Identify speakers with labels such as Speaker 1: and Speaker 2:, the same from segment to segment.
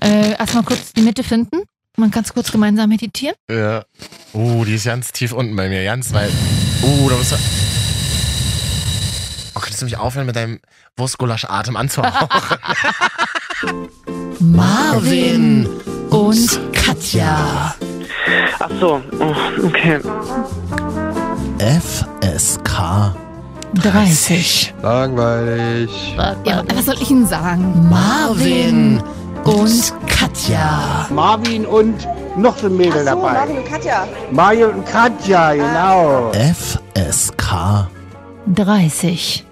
Speaker 1: äh, erstmal kurz die Mitte finden. Man kann kurz gemeinsam meditieren.
Speaker 2: Ja. Oh, die ist ganz tief unten bei mir, ganz weit. Oh, da musst du. Oh, könntest du mich aufhören, mit deinem Wurstgulasch-Atem anzuhauchen?
Speaker 1: Marvin und Katja.
Speaker 3: Ach so, oh, okay.
Speaker 2: FSK.
Speaker 1: 30.
Speaker 4: Langweilig.
Speaker 1: Ja, was soll ich Ihnen sagen? Marvin und Katja.
Speaker 5: Marvin und noch so ein Mädel dabei.
Speaker 6: Marvin und Katja.
Speaker 5: Mario und Katja, genau.
Speaker 2: FSK.
Speaker 1: 30.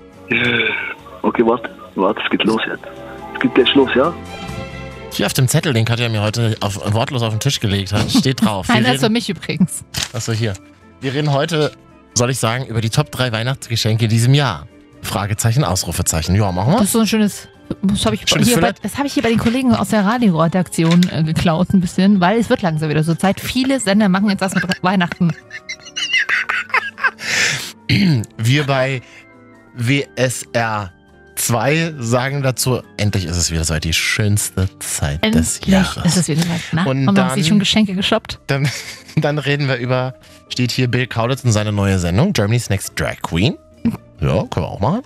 Speaker 7: Okay, warte, warte, es geht los jetzt. Es geht gleich los, ja?
Speaker 2: Hier auf dem Zettel, den Katja mir heute auf, wortlos auf den Tisch gelegt hat, steht drauf. Wir
Speaker 1: Einer ist für
Speaker 2: reden,
Speaker 1: mich übrigens.
Speaker 2: achso, hier. Wir reden heute, soll ich sagen, über die Top 3 Weihnachtsgeschenke in diesem Jahr. Fragezeichen, Ausrufezeichen. Ja, machen
Speaker 1: Das
Speaker 2: wir.
Speaker 1: ist so ein schönes. Das habe ich,
Speaker 2: Schönes
Speaker 1: hier bei-
Speaker 2: Füller?
Speaker 1: das habe ich hier bei den Kollegen aus der Radioredaktion äh, geklaut, ein bisschen, weil es wird langsam wieder so Zeit. Viele Sender machen jetzt das mit Weihnachten.
Speaker 2: Wir bei WSR 2 sagen dazu, endlich ist es wieder soweit, die schönste Zeit des
Speaker 1: Endlich
Speaker 2: Jahres.
Speaker 1: ist es wieder weit. Na,
Speaker 2: Und
Speaker 1: haben wir uns
Speaker 2: dann-
Speaker 1: nicht schon Geschenke geshoppt?
Speaker 2: Dann, dann reden wir über, steht hier Bill Kaulitz und seine neue Sendung, Germany's Next Drag Queen. Ja, können wir auch machen.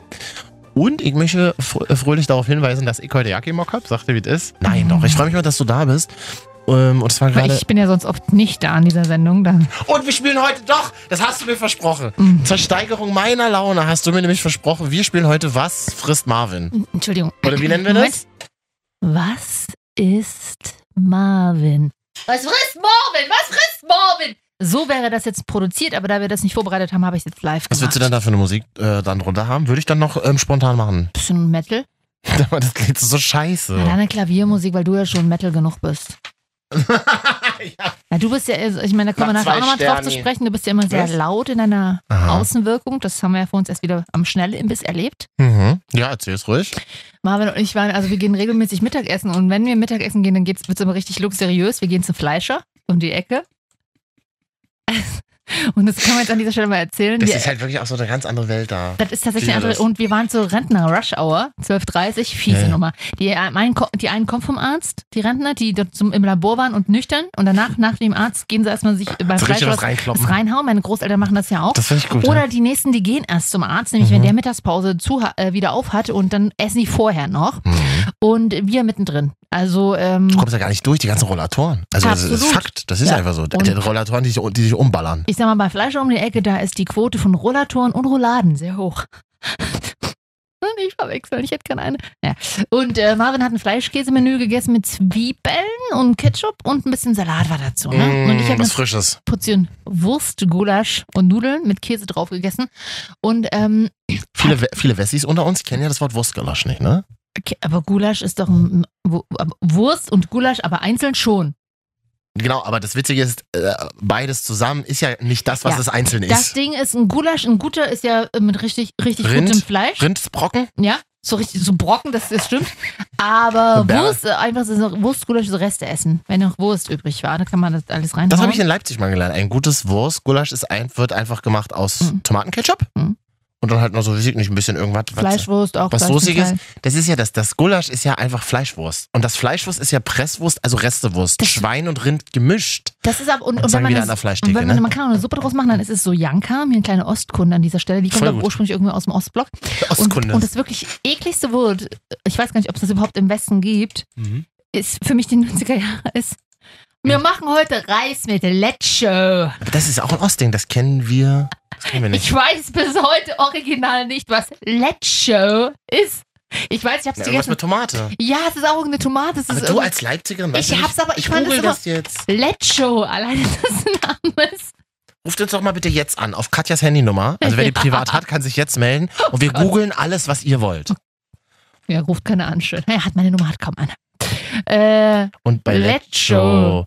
Speaker 2: Und ich möchte fr- fröhlich darauf hinweisen, dass ich heute Yakimok habe. Sag dir, wie es ist. Nein, doch. Ich freue mich immer, dass du da bist. Ähm, Und es war
Speaker 1: Weil
Speaker 2: gerade.
Speaker 1: ich bin ja sonst oft nicht da an dieser Sendung. Dann.
Speaker 2: Und wir spielen heute doch! Das hast du mir versprochen.
Speaker 1: Mhm.
Speaker 2: Zur Steigerung meiner Laune hast du mir nämlich versprochen, wir spielen heute Was frisst Marvin?
Speaker 1: Entschuldigung.
Speaker 2: Oder wie nennen wir
Speaker 1: Moment.
Speaker 2: das?
Speaker 1: Was ist Marvin? Was frisst Marvin? Was frisst Marvin? So wäre das jetzt produziert, aber da wir das nicht vorbereitet haben, habe ich es jetzt live
Speaker 2: Was
Speaker 1: gemacht.
Speaker 2: willst du denn da für eine Musik äh, dann runter haben? Würde ich dann noch ähm, spontan machen.
Speaker 1: Bisschen Metal?
Speaker 2: Aber das klingt so scheiße.
Speaker 1: Na, dann eine Klaviermusik, weil du ja schon Metal genug bist.
Speaker 2: ja.
Speaker 1: Na, du bist ja, also, ich meine, da kommen wir
Speaker 2: Nach
Speaker 1: nachher auch
Speaker 2: zwei
Speaker 1: nochmal drauf zu
Speaker 2: Sterni.
Speaker 1: sprechen. Du bist ja immer sehr
Speaker 2: Was?
Speaker 1: laut in deiner
Speaker 2: Aha.
Speaker 1: Außenwirkung. Das haben wir ja vor uns erst wieder am Schnellimbiss erlebt.
Speaker 2: Mhm. ja, erzähl's ruhig.
Speaker 1: Marvin und ich waren, also wir gehen regelmäßig Mittagessen und wenn wir Mittagessen gehen, dann geht's, wird's immer richtig luxuriös. Wir gehen zum Fleischer um die Ecke. Und das kann man jetzt an dieser Stelle mal erzählen.
Speaker 2: Das
Speaker 1: Wir-
Speaker 2: ist halt wirklich auch so eine ganz andere Welt da.
Speaker 1: Das ist tatsächlich eine
Speaker 2: Diese
Speaker 1: andere.
Speaker 2: das.
Speaker 1: Und wir waren zur Rentner-Rush-Hour, 12.30, fiese
Speaker 2: Ja, ja.
Speaker 1: Nummer. Die einen, ko- die einen kommen vom Arzt, die Rentner, die dort zum, im Labor waren und nüchtern. Und danach, nach dem Arzt, gehen sie erstmal sich beim
Speaker 2: So richtig
Speaker 1: Fleisch
Speaker 2: was
Speaker 1: was,
Speaker 2: reinkloppen.
Speaker 1: was reinhauen. Meine Großeltern machen das ja auch.
Speaker 2: das finde ich gut. Mhm.
Speaker 1: Oder die nächsten, die gehen erst zum Arzt, nämlich wenn der Mittagspause zu, äh, wieder auf hat und dann essen die vorher noch.
Speaker 2: ja.
Speaker 1: Und wir mittendrin. Also, ähm,
Speaker 2: Du kommst ja gar nicht durch, die ganzen Rollatoren. Also das ist
Speaker 1: Absolut.
Speaker 2: Fakt, das ist
Speaker 1: Ja.
Speaker 2: einfach so. Die
Speaker 1: Und-
Speaker 2: die Rollatoren, die sich, die sich umballern.
Speaker 1: ich sag mal, bei Fleisch um die Ecke, da ist die Quote von Rollatoren und Rouladen sehr hoch. Nicht verwechseln, ich hätte gerne eine. Ja. Und äh, Marvin hat ein Fleischkäsemenü gegessen mit Zwiebeln und Ketchup und ein bisschen Salat war dazu. Ne? und ich
Speaker 2: Mm,
Speaker 1: habe eine
Speaker 2: was Frisches.
Speaker 1: Portion Wurst, Gulasch und Nudeln mit Käse drauf gegessen. Und ähm,
Speaker 2: Viele, We- viele Wessis unter uns kennen ja das Wort Wurstgulasch nicht, ne?
Speaker 1: okay, aber Gulasch ist doch ein, ein- Wu- aber Wurst und Gulasch, aber einzeln schon.
Speaker 2: Genau, aber das Witzige ist, äh, beides zusammen ist ja nicht das, was
Speaker 1: Ja.
Speaker 2: es einzeln
Speaker 1: Das
Speaker 2: ist.
Speaker 1: Ding ist ein Gulasch, ein guter ist ja mit richtig, richtig
Speaker 2: Rind,
Speaker 1: gutem Fleisch.
Speaker 2: Rindsbrocken?
Speaker 1: Äh, Ja, so richtig, so Brocken, das, das stimmt. Aber
Speaker 2: Und Berner.
Speaker 1: Wurst, äh, einfach so so Wurstgulasch, so Reste essen. Wenn noch Wurst übrig war, dann kann man das alles rein.
Speaker 2: Das habe ich in Leipzig mal gelernt. Ein gutes Wurstgulasch ist ein, wird einfach gemacht aus
Speaker 1: Mhm.
Speaker 2: Tomatenketchup
Speaker 1: Mhm.
Speaker 2: und dann halt noch so, weiß ich nicht, ein bisschen irgendwas. was-
Speaker 1: Fleischwurst auch.
Speaker 2: was
Speaker 1: gleich zum
Speaker 2: Soßiges?
Speaker 1: Teil.
Speaker 2: Das ist ja das, das Gulasch ist ja einfach Fleischwurst. Und das Fleischwurst ist ja Presswurst, also Restewurst.
Speaker 1: Das-
Speaker 2: Schwein und Rind gemischt.
Speaker 1: Das ist aber, und,
Speaker 2: Und
Speaker 1: und wenn
Speaker 2: sagen
Speaker 1: man,
Speaker 2: wieder an
Speaker 1: das,
Speaker 2: der
Speaker 1: und
Speaker 2: Fleischtheke,
Speaker 1: wenn man,
Speaker 2: ne?
Speaker 1: man kann auch eine Suppe draus machen, dann ist es so Janka, mir ein kleiner Ostkunde an dieser Stelle. Die kommt
Speaker 2: Voll
Speaker 1: doch
Speaker 2: gut.
Speaker 1: ursprünglich irgendwie aus dem Ostblock. Und,
Speaker 2: Ostkunde.
Speaker 1: und das wirklich ekligste Wort, ich weiß gar nicht, ob es das überhaupt im Westen gibt,
Speaker 2: Mhm.
Speaker 1: ist für mich die 90er Jahre ist.
Speaker 2: Hm.
Speaker 1: Wir machen heute Reis mit Letsche.
Speaker 2: Aber das ist auch ein Ostding, das kennen wir. Das kennen wir nicht.
Speaker 1: Ich weiß bis heute original nicht, was Letsche ist. Ich weiß, ich hab's
Speaker 2: Na, irgendwas
Speaker 1: gegessen.
Speaker 2: mit Tomate.
Speaker 1: Ja, es ist auch irgendeine Tomate. Es
Speaker 2: Aber
Speaker 1: ist
Speaker 2: du
Speaker 1: irgend-
Speaker 2: als Leipzigerin, weißt
Speaker 1: Ich
Speaker 2: du
Speaker 1: hab's
Speaker 2: nicht,
Speaker 1: aber- ich
Speaker 2: ich
Speaker 1: fand
Speaker 2: google
Speaker 1: das
Speaker 2: das jetzt.
Speaker 1: Letscho, alleine das Name ist.
Speaker 2: Ruft uns doch mal bitte jetzt an auf Katjas Handynummer. Also wer die privat hat, kann sich jetzt melden. Und
Speaker 1: Oh
Speaker 2: wir googeln alles, was ihr wollt.
Speaker 1: Ja, ruft keiner an, schön. Er hat meine Nummer, hat kaum einer. Äh,
Speaker 2: Und bei
Speaker 1: Lecho.
Speaker 2: Lecho.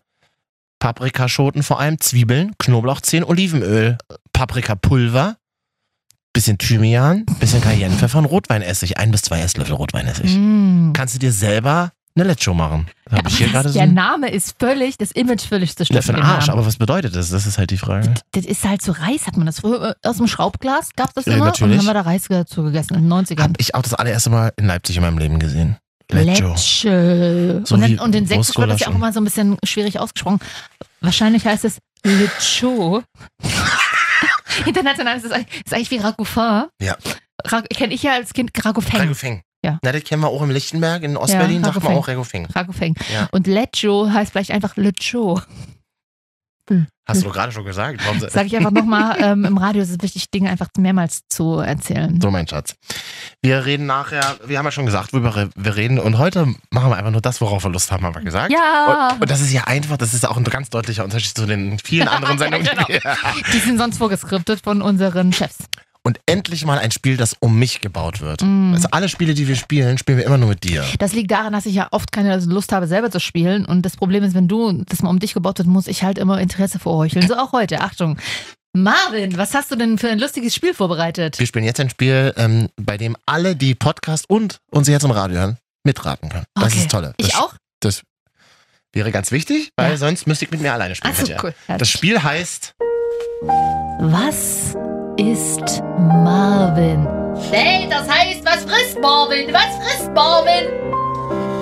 Speaker 2: Paprikaschoten vor allem, Zwiebeln, Knoblauchzehen, Olivenöl, Paprikapulver, bisschen Thymian, bisschen Cayennepfeffer und Rotweinessig. Ein bis zwei Esslöffel Rotweinessig.
Speaker 1: mh.
Speaker 2: Kannst du dir selber eine Lecho machen?
Speaker 1: Mhm. Ja,
Speaker 2: Hab ich hier
Speaker 1: mm. aber
Speaker 2: gerade
Speaker 1: das,
Speaker 2: so
Speaker 1: der
Speaker 2: ein-
Speaker 1: Name ist völlig, das Image völlig
Speaker 2: Na,
Speaker 1: zerstört.
Speaker 2: für
Speaker 1: von
Speaker 2: den
Speaker 1: dem
Speaker 2: Arsch,
Speaker 1: Namen.
Speaker 2: aber was bedeutet das? Das ist halt die Frage.
Speaker 1: Das, das ist halt so Reis, hat man das früher äh, aus dem Schraubglas, gab das
Speaker 2: Äh,
Speaker 1: immer? Und
Speaker 2: natürlich.
Speaker 1: haben wir da Reis dazu gegessen in den 90ern.
Speaker 2: Hab ich auch das allererste Mal in Leipzig in meinem Leben gesehen. Lecho.
Speaker 1: Lecce.
Speaker 2: So
Speaker 1: und, dann,
Speaker 2: wie
Speaker 1: und in Sächsisch wird das ja auch
Speaker 2: Wurstgulasch
Speaker 1: immer so ein bisschen schwierig ausgesprochen. Wahrscheinlich heißt es Lecho. International ist es eigentlich- ist eigentlich wie Ragoufin.
Speaker 2: Ja.
Speaker 1: Ra Kenne ich ja als Kind Ragoufeng.
Speaker 2: Regofing.
Speaker 1: Ja.
Speaker 2: Na, das kennen wir auch im Lichtenberg, in Ostberlin sagt man
Speaker 1: Regofeng.
Speaker 2: auch Regofing.
Speaker 1: Ragoufeng.
Speaker 2: Ja.
Speaker 1: Und Lecho heißt vielleicht einfach Lecho.
Speaker 2: Hast
Speaker 1: Hm.
Speaker 2: du doch gerade schon gesagt. Warum se-
Speaker 1: Sage ich einfach nochmal, ähm, im Radio ist es wichtig, Dinge einfach mehrmals zu erzählen.
Speaker 2: So, mein Schatz. Wir reden nachher, wir haben ja schon gesagt, worüber wir reden. Und heute machen wir einfach nur das, worauf wir Lust haben, haben wir gesagt.
Speaker 1: Ja,
Speaker 2: Und, und das ist ja einfach, das ist auch ein ganz deutlicher Unterschied zu den vielen anderen Sendungen. die
Speaker 1: Genau.
Speaker 2: wir-
Speaker 1: die sind sonst vorgeskriptet von unseren Chefs.
Speaker 2: Und endlich mal ein Spiel, das um mich gebaut wird.
Speaker 1: Mm.
Speaker 2: Also alle Spiele, die wir spielen, spielen wir immer nur mit dir.
Speaker 1: Das liegt daran, dass ich ja oft keine Lust habe, selber zu spielen. Und das Problem ist, wenn du das mal um dich gebaut wird, muss ich halt immer Interesse vorheucheln. So auch heute. Achtung. Marvin, was hast du denn für ein lustiges Spiel vorbereitet?
Speaker 2: Wir spielen jetzt ein Spiel, ähm, bei dem alle, die Podcast und uns jetzt im Radio hören, mitraten können. Das
Speaker 1: Okay.
Speaker 2: ist toll. Das
Speaker 1: Ich auch?
Speaker 2: wäre ganz wichtig, weil
Speaker 1: Ja.
Speaker 2: sonst müsste ich mit mir alleine spielen.
Speaker 1: Achso,
Speaker 2: Katja.
Speaker 1: cool.
Speaker 2: Das Spiel heißt
Speaker 1: Was ist Marvin? Hey, das heißt, was frisst Marvin? Was frisst Marvin?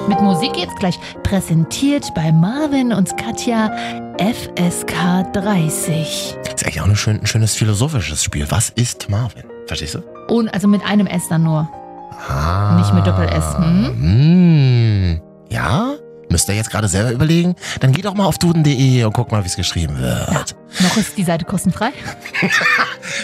Speaker 1: Mit Musik geht's gleich. Präsentiert bei Marvin und Katja FSK 30.
Speaker 2: Ist eigentlich auch ein, schön, ein schönes philosophisches Spiel. Was ist Marvin? Verstehst du?
Speaker 1: Und also mit einem S dann nur.
Speaker 2: Ah.
Speaker 1: Nicht mit hm? Doppel-S,
Speaker 2: Mm. Ja? Müsst ihr jetzt gerade selber überlegen? Dann geht doch mal auf duden.de und guck mal, wie es geschrieben wird.
Speaker 1: Noch ist die Seite kostenfrei.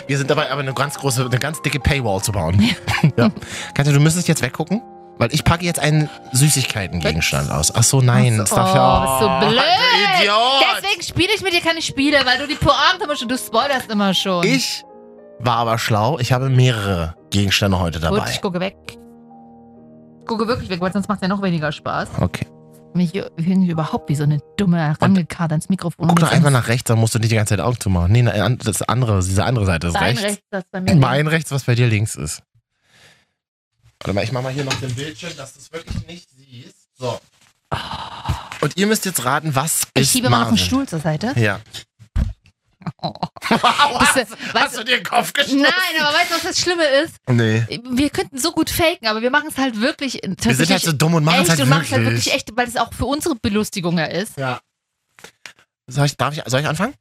Speaker 2: Wir sind dabei, aber eine ganz große, eine ganz dicke Paywall zu bauen. ja. Katja, du müsstest jetzt weggucken, weil ich packe jetzt einen Süßigkeitengegenstand aus. Ach so, nein. das darf ja-
Speaker 1: Oh, bist du blöd.
Speaker 2: Du Idiot.
Speaker 1: Deswegen spiele ich mit dir keine Spiele, weil du die Pointe immer schon, du spoilerst immer schon.
Speaker 2: Ich war aber schlau. Ich habe mehrere Gegenstände heute
Speaker 1: Gut,
Speaker 2: dabei.
Speaker 1: ich gucke weg. Ich gucke wirklich weg, weil sonst macht es ja noch weniger Spaß.
Speaker 2: Okay.
Speaker 1: Mich irgendwie überhaupt wie so eine dumme herangekarrt ans Mikrofon.
Speaker 2: Guck doch
Speaker 1: Mit
Speaker 2: einmal nach rechts, dann musst du nicht die ganze Zeit Augen zumachen. Nee, na, an- das andere, diese andere Seite ist
Speaker 1: Dein
Speaker 2: rechts.
Speaker 1: rechts, das bei mir.
Speaker 2: Mein Hm. rechts, was bei dir links ist. Warte mal, ich mach mal hier noch den Bildschirm, dass du es wirklich nicht siehst. So. Und ihr müsst jetzt raten, was
Speaker 1: ich
Speaker 2: ist
Speaker 1: schiebe mal noch einen
Speaker 2: Marvin?
Speaker 1: Stuhl zur Seite.
Speaker 2: Ja.
Speaker 1: Oh.
Speaker 2: Hast,
Speaker 1: Bist du- weißt
Speaker 2: hast du dir den Kopf
Speaker 1: du,
Speaker 2: geschmissen?
Speaker 1: nein, aber weißt du, was das Schlimme ist?
Speaker 2: Nee.
Speaker 1: Wir könnten so gut faken, aber wir machen es halt wirklich.
Speaker 2: Wir sind halt so dumm und machen
Speaker 1: echt
Speaker 2: es halt
Speaker 1: und machen
Speaker 2: wirklich.
Speaker 1: es halt wirklich echt, weil es auch für unsere Belustigung ja ist.
Speaker 2: Ja. Soll ich, darf ich, soll ich anfangen?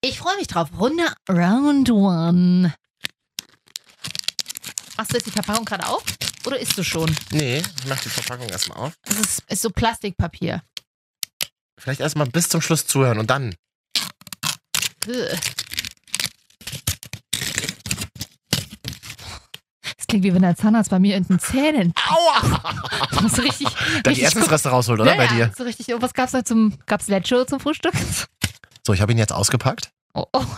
Speaker 1: Ich freue mich drauf. Runde Round One. Machst du jetzt die Verpackung gerade auf? Oder isst du schon?
Speaker 2: Nee, ich mach die Verpackung erstmal auf.
Speaker 1: Es ist, ist so Plastikpapier.
Speaker 2: Vielleicht erstmal bis zum Schluss zuhören und dann.
Speaker 1: Ugh. Das klingt wie wenn der Zahnarzt bei mir in den Zähnen.
Speaker 2: Aua!
Speaker 1: So richtig.
Speaker 2: Dann die
Speaker 1: richtig guckt.
Speaker 2: Essensreste rausholt, oder?
Speaker 1: Ja,
Speaker 2: Bei
Speaker 1: ja,
Speaker 2: dir.
Speaker 1: So richtig. Und was gab's da zum. Gab's Lecho zum Frühstück?
Speaker 2: So, ich habe ihn jetzt ausgepackt.
Speaker 1: Oh, oh. Nein,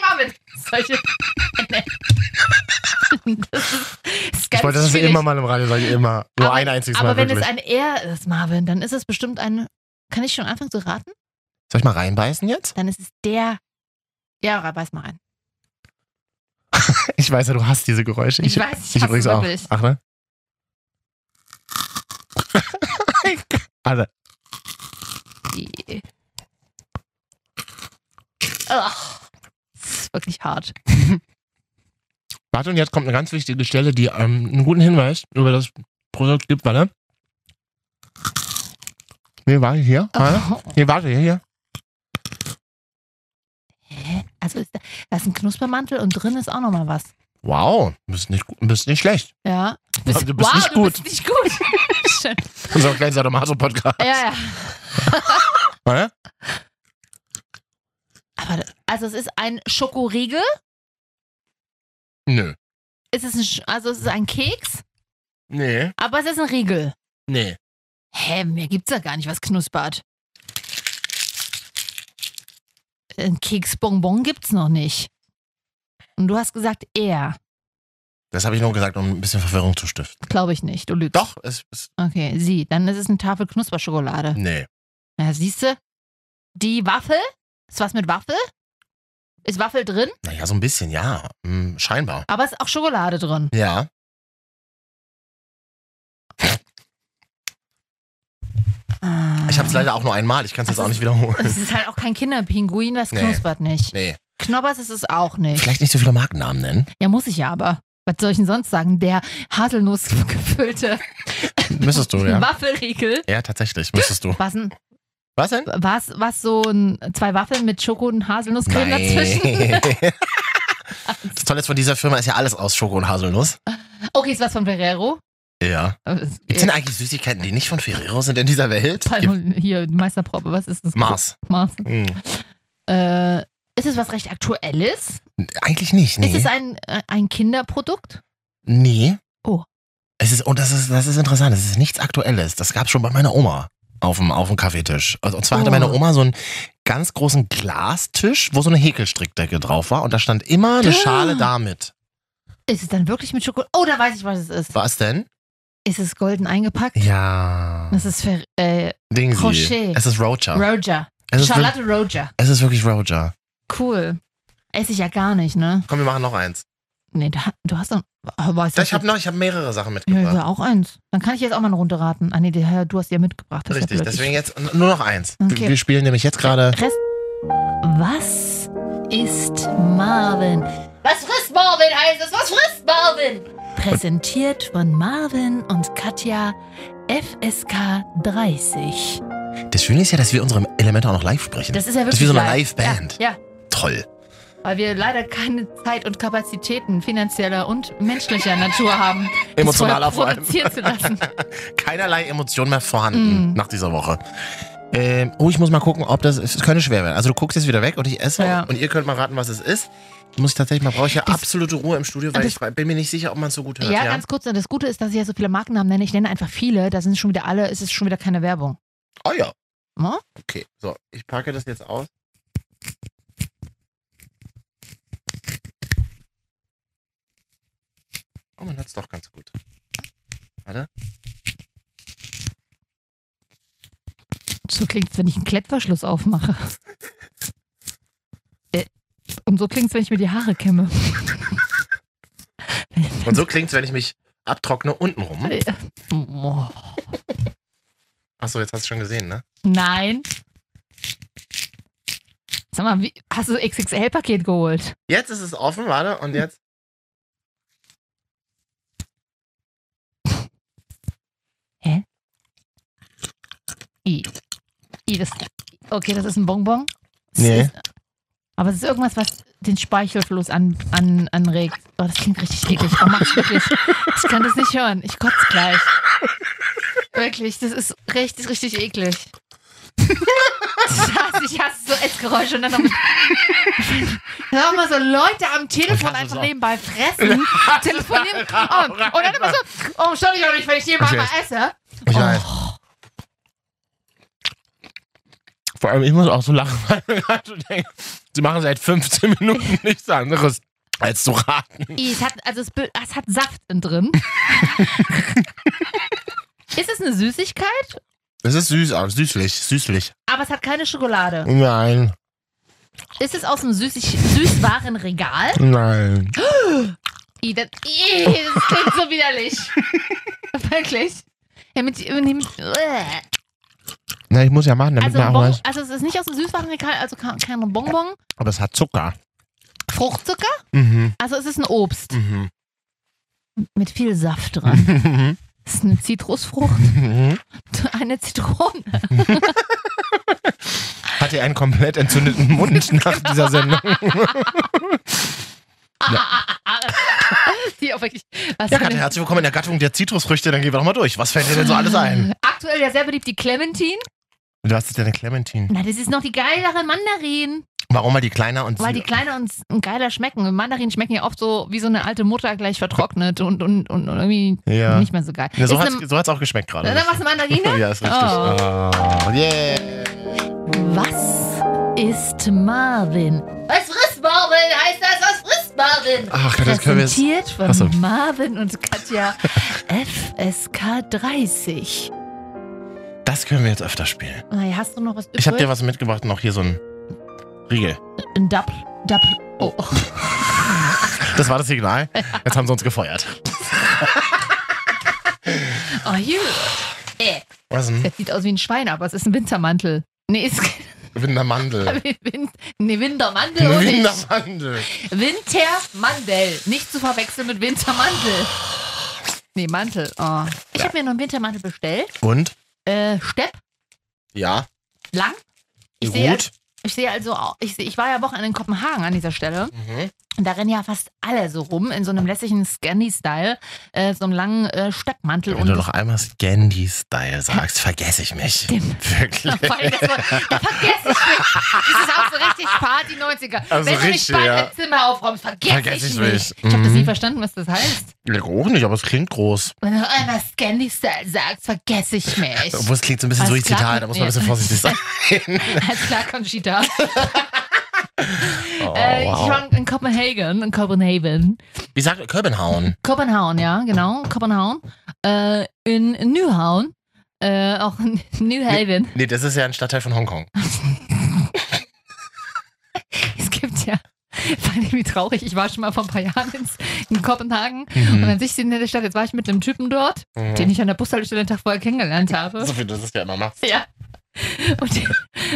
Speaker 1: Marvin! Solche. Nee. Das ist, das ist ganz
Speaker 2: ich wollte das
Speaker 1: schwierig.
Speaker 2: immer mal im Radio sagen, immer. Nur
Speaker 1: Aber-
Speaker 2: ein einziges
Speaker 1: Aber
Speaker 2: Mal
Speaker 1: wenn
Speaker 2: wirklich.
Speaker 1: es ein R ist, Marvin, dann ist es bestimmt ein. Kann ich schon anfangen zu raten?
Speaker 2: Soll ich mal reinbeißen jetzt?
Speaker 1: Dann ist es der. Ja, ra- beiß mal rein.
Speaker 2: Ich weiß ja, du hast diese Geräusche.
Speaker 1: Ich weiß, ich hasse wirklich.
Speaker 2: Ach ne? Alle.
Speaker 1: Die- Ach, das ist wirklich hart.
Speaker 2: Warte, und jetzt kommt eine ganz wichtige Stelle, die ähm, einen guten Hinweis über das Produkt gibt. Warte. Nee, warte, hier.
Speaker 1: Oh.
Speaker 2: Warte. Nee, warte, hier, hier.
Speaker 1: Hä? Also ist da, da ist ein Knuspermantel und drin ist auch nochmal was.
Speaker 2: Wow, du bist nicht, gut- du bist nicht schlecht.
Speaker 1: Ja.
Speaker 2: bist
Speaker 1: wow,
Speaker 2: nicht
Speaker 1: du
Speaker 2: gut.
Speaker 1: bist nicht gut. Schön.
Speaker 2: Unser kleiner Sadomaso-Podcast.
Speaker 1: Ja, ja.
Speaker 2: Warte.
Speaker 1: Aber das- also es ist ein Schokoriegel.
Speaker 2: Nö.
Speaker 1: Es ist ein, Sch- also es ist ein Keks,
Speaker 2: Nee.
Speaker 1: aber es ist ein Riegel.
Speaker 2: Nee.
Speaker 1: Hä, mehr gibt's ja gar nicht, was knuspert. Ein Keksbonbon gibt's noch nicht. Und du hast gesagt, er.
Speaker 2: Das habe ich nur gesagt, um ein bisschen Verwirrung zu stiften.
Speaker 1: Glaube ich nicht, du lügst.
Speaker 2: Doch, es ist.
Speaker 1: Okay, sie. Dann ist es eine Tafel Knusperschokolade.
Speaker 2: Nee.
Speaker 1: Ja, siehst du? Die Waffel? Ist was mit Waffel? Ist Waffel drin,
Speaker 2: Naja, so ein bisschen, ja. Hm, scheinbar.
Speaker 1: aber ist auch Schokolade drin.
Speaker 2: Ja. Ich habe es leider auch nur einmal. Ich kann es jetzt auch nicht wiederholen.
Speaker 1: Es ist halt auch kein Kinderpinguin, das
Speaker 2: Nee.
Speaker 1: knuspert nicht.
Speaker 2: Nee.
Speaker 1: Knobbers ist es auch nicht.
Speaker 2: Vielleicht nicht so viele Markennamen nennen.
Speaker 1: Ja, muss ich ja aber. Was soll ich denn sonst sagen? Der Haselnuss gefüllte
Speaker 2: Müsstest du, ja.
Speaker 1: Waffelriegel.
Speaker 2: Ja, tatsächlich, müsstest du.
Speaker 1: Was, ein,
Speaker 2: Was denn?
Speaker 1: was, was so ein, zwei Waffeln mit Schoko und Haselnusscreme dazwischen?
Speaker 2: Das Tolle ist von dieser Firma ist ja alles aus Schoko und Haselnuss.
Speaker 1: Okay, ist was von Ferrero. Äh,
Speaker 2: Ja. Gibt es denn eigentlich Süßigkeiten, die nicht von Ferrero sind in dieser Welt? Gibt-
Speaker 1: Palm- Hier, die Meisterprobe, was ist das?
Speaker 2: Mars.
Speaker 1: Mars.
Speaker 2: Hm.
Speaker 1: Äh, ist es was recht Aktuelles?
Speaker 2: Eigentlich nicht, nee.
Speaker 1: Ist es ein, äh, ein Kinderprodukt?
Speaker 2: nee.
Speaker 1: Oh.
Speaker 2: Es ist, und das ist, das ist interessant, es ist nichts Aktuelles. Das gab es schon bei meiner Oma auf dem, auf dem Kaffeetisch. Also, und zwar hatte
Speaker 1: Oh.
Speaker 2: meine Oma so einen ganz großen Glastisch, wo so eine Häkelstrickdecke drauf war und da stand immer eine
Speaker 1: Ah.
Speaker 2: Schale damit.
Speaker 1: Ist es dann wirklich mit Schokolade? Oh, da weiß ich, was es ist.
Speaker 2: Was denn?
Speaker 1: Ist es golden eingepackt?
Speaker 2: Ja.
Speaker 1: Das ist für äh,
Speaker 2: Dingsy.
Speaker 1: Crochet.
Speaker 2: Es ist Roger.
Speaker 1: Roger.
Speaker 2: es, ist wir-
Speaker 1: Charlotte Roger.
Speaker 2: es ist wirklich Roger.
Speaker 1: Cool. Esse ich ja gar nicht, ne?
Speaker 2: Komm, wir machen noch eins.
Speaker 1: Nee, da, du hast doch. Oh, weißt du,
Speaker 2: Ich habe noch, ich habe mehrere Sachen
Speaker 1: Ja, ich
Speaker 2: mitgebracht.
Speaker 1: will auch eins. Dann kann ich jetzt auch mal eine Runde raten. Ah, nee, der, du hast die ja mitgebracht. Das ist ja
Speaker 2: Richtig,
Speaker 1: blöd.
Speaker 2: deswegen jetzt n- nur noch eins.
Speaker 1: Okay.
Speaker 2: Wir, wir spielen nämlich jetzt gerade.
Speaker 1: Was ist Marvin? Was frisst Marvin heißt es? Was frisst Marvin? Präsentiert von Marvin und Katja FSK 30.
Speaker 2: Das Schöne ist ja, dass wir unserem Element auch noch live sprechen.
Speaker 1: Das ist ja wirklich
Speaker 2: Das ist wie so eine
Speaker 1: live.
Speaker 2: Liveband.
Speaker 1: Ja, ja,
Speaker 2: Toll.
Speaker 1: weil wir leider keine Zeit und Kapazitäten finanzieller und menschlicher Natur haben, das
Speaker 2: Emotionaler vor
Speaker 1: vorher
Speaker 2: allem.
Speaker 1: produzieren zu lassen.
Speaker 2: Keinerlei Emotion mehr vorhanden
Speaker 1: Mm.
Speaker 2: nach dieser Woche. Ähm, oh, ich muss mal gucken, ob das. Es könnte schwer werden. Also du guckst jetzt wieder weg und ich esse
Speaker 1: Ja.
Speaker 2: und ihr könnt mal raten, was es ist. Muss ich tatsächlich mal, brauche ich ja
Speaker 1: Das-
Speaker 2: absolute Ruhe im Studio, weil
Speaker 1: Das-
Speaker 2: ich bin mir nicht sicher, ob man es so gut hört.
Speaker 1: Ja, ganz kurz. Das Gute ist, dass ich ja so viele Markennamen nenne. Ich nenne einfach viele. Da sind schon wieder alle. Es ist schon wieder keine Werbung.
Speaker 2: Oh ja.
Speaker 1: Na?
Speaker 2: Okay, so, ich packe das jetzt aus. Oh, man hört es doch ganz gut. Warte.
Speaker 1: So klingt's, wenn ich einen Klettverschluss aufmache. Äh, Und so klingt's, wenn ich mir die Haare kämme.
Speaker 2: Und so klingt es, wenn ich mich abtrockne unten rum.
Speaker 1: Äh, oh.
Speaker 2: Achso, jetzt hast du schon gesehen, ne?
Speaker 1: Nein. Sag mal, wie, hast du XXL-Paket geholt?
Speaker 2: Jetzt ist es offen, warte, und jetzt.
Speaker 1: I. I das, okay, das ist ein Bonbon. Es
Speaker 2: Nee.
Speaker 1: Ist, aber es ist irgendwas, was den Speichelfluss an, an, anregt. Oh, das klingt richtig eklig. Oh, mach's wirklich. Ich kann das nicht hören. Ich kotze gleich. Wirklich, das ist richtig, richtig eklig. Ich hasse, ich hasse so Essgeräusche und dann noch mit Dann auch mal so Leute am Telefon
Speaker 2: hasse es
Speaker 1: einfach
Speaker 2: auch.
Speaker 1: nebenbei fressen, telefonieren. Oh, und dann immer so, oh, stör dich auch nicht, wenn ich nebenbei
Speaker 2: Ich
Speaker 1: mal
Speaker 2: weiß.
Speaker 1: esse.
Speaker 2: Ich weiß. Vor allem, ich muss auch so lachen, weil ich gerade so denke, sie machen seit 15 Minuten nichts anderes als zu raten.
Speaker 1: I, es hat, also es, be- es hat Saft in drin. ist es eine Süßigkeit?
Speaker 2: Es ist süß, aber süßlich, süßlich.
Speaker 1: Aber es hat keine Schokolade.
Speaker 2: Nein,
Speaker 1: Ist es aus dem Süßig Süßwarenregal?
Speaker 2: nein.
Speaker 1: I, das, I, das klingt so widerlich. Wirklich. Ja, mit, mit, mit, äh.
Speaker 2: Na, ich muss ja machen, damit
Speaker 1: also,
Speaker 2: man auch
Speaker 1: Bonbon,
Speaker 2: weiß.
Speaker 1: also es ist nicht aus dem Süßwarenregal, also kein, kein Bonbon.
Speaker 2: Aber es hat Zucker.
Speaker 1: Fruchtzucker?
Speaker 2: Mhm.
Speaker 1: Also es ist ein Obst
Speaker 2: Mhm.
Speaker 1: mit viel Saft dran. Es ist eine Zitrusfrucht,
Speaker 2: Mhm.
Speaker 1: eine Zitrone.
Speaker 2: Hat er einen komplett entzündeten Mund nach dieser Sendung?
Speaker 1: Die auch wirklich, was für
Speaker 2: Ja,
Speaker 1: eine-
Speaker 2: Katja, herzlich willkommen in der Gattung der Zitrusfrüchte. Dann gehen wir doch mal durch. Was fällt dir denn so alles ein?
Speaker 1: Aktuell ja sehr beliebt die Clementine.
Speaker 2: Du hast jetzt eine Clementine.
Speaker 1: Na, das ist noch die geilere Mandarin.
Speaker 2: Warum mal die kleiner und
Speaker 1: Weil die kleiner und s- und geiler schmecken. Und Mandarinen schmecken ja oft so wie so eine alte Mutter gleich vertrocknet und, und, und, und irgendwie
Speaker 2: Ja.
Speaker 1: nicht mehr so geil.
Speaker 2: Ja, so
Speaker 1: Ist
Speaker 2: hat
Speaker 1: eine-
Speaker 2: es auch geschmeckt gerade.
Speaker 1: Na, dann war es eine Mandarine?
Speaker 2: Ja, ist richtig. Oh, yeah.
Speaker 1: Was ist Marvin? Was frisst Marvin? Heißt das, was frisst Marvin?
Speaker 2: Ach, Katja, das können wir jetzt.
Speaker 1: Präsentiert von
Speaker 2: Ach so.
Speaker 1: Marvin und Katja FSK 30.
Speaker 2: Das können wir jetzt öfter spielen.
Speaker 1: Na, hast du noch was übrig?
Speaker 2: Ich habe dir was mitgebracht, noch hier so ein Riegel.
Speaker 1: Ein Dab, Dab. Oh.
Speaker 2: Das war das Signal. Jetzt haben sie uns gefeuert.
Speaker 1: oh, hier.
Speaker 2: Was denn?
Speaker 1: Das sieht aus wie ein Schwein, aber es ist ein Wintermantel. Nee, ist
Speaker 2: Windermandel.
Speaker 1: Wind, nee, Wintermantel und nicht.
Speaker 2: Windermandel.
Speaker 1: Wintermandel. Nicht zu verwechseln mit Wintermantel. Nee, Mantel. Oh. Ich habe mir noch einen Wintermantel bestellt.
Speaker 2: Und?
Speaker 1: Äh, Stepp,
Speaker 2: Ja.
Speaker 1: lang. Ich sehe
Speaker 2: Gut.
Speaker 1: ich sehe also, au- ich, sehe, ich war ja am Wochenende in Kopenhagen an dieser Stelle.
Speaker 2: Mhm.
Speaker 1: Und da rennen ja fast alle so rum in so einem lässigen Scandi-Style, äh, so einem langen äh, Steppmantel.
Speaker 2: Wenn
Speaker 1: Und
Speaker 2: du noch einmal Scandi-Style sagst, vergesse ich mich.
Speaker 1: Stimmt.
Speaker 2: Wirklich.
Speaker 1: Vor allem das Wort, da vergess ich mich. Das ist auch so richtig Party 90er.
Speaker 2: Also
Speaker 1: Wenn du
Speaker 2: richtig,
Speaker 1: nicht bald
Speaker 2: ja.
Speaker 1: im Zimmer aufräumst, vergess,
Speaker 2: Vergess
Speaker 1: ich
Speaker 2: ich
Speaker 1: mich.
Speaker 2: mich.
Speaker 1: Ich habe das
Speaker 2: Mhm.
Speaker 1: nie verstanden, was das heißt.
Speaker 2: Ich auch nicht, aber es klingt groß.
Speaker 1: Wenn du einmal Scandi-Style sagst, vergess ich mich.
Speaker 2: Obwohl es klingt so ein bisschen
Speaker 1: Alles
Speaker 2: suizidal,
Speaker 1: klar.
Speaker 2: da muss man ein bisschen vorsichtig sein.
Speaker 1: Alles klar, Conchita.
Speaker 2: Oh,
Speaker 1: äh, Ich
Speaker 2: wow.
Speaker 1: war in Kopenhagen, in Kopenhagen.
Speaker 2: Wie sagt Köbenhauen?
Speaker 1: Kopenhagen, ja, genau. Kopenhagen. Äh, in Newhaven. Äh, auch in Newhaven.
Speaker 2: Nee, das ist ja ein Stadtteil von Hongkong.
Speaker 1: Es gibt ja. Vor allem, wie traurig. Ich war schon mal vor ein paar Jahren in, in Kopenhagen. Und
Speaker 2: Mhm.
Speaker 1: an sich sind in der Stadt. Jetzt war ich mit einem Typen dort, den
Speaker 2: Mhm.
Speaker 1: ich an der Bushaltestelle den Tag vorher kennengelernt habe.
Speaker 2: So viel du das ja immer machst.
Speaker 1: Ja. Und,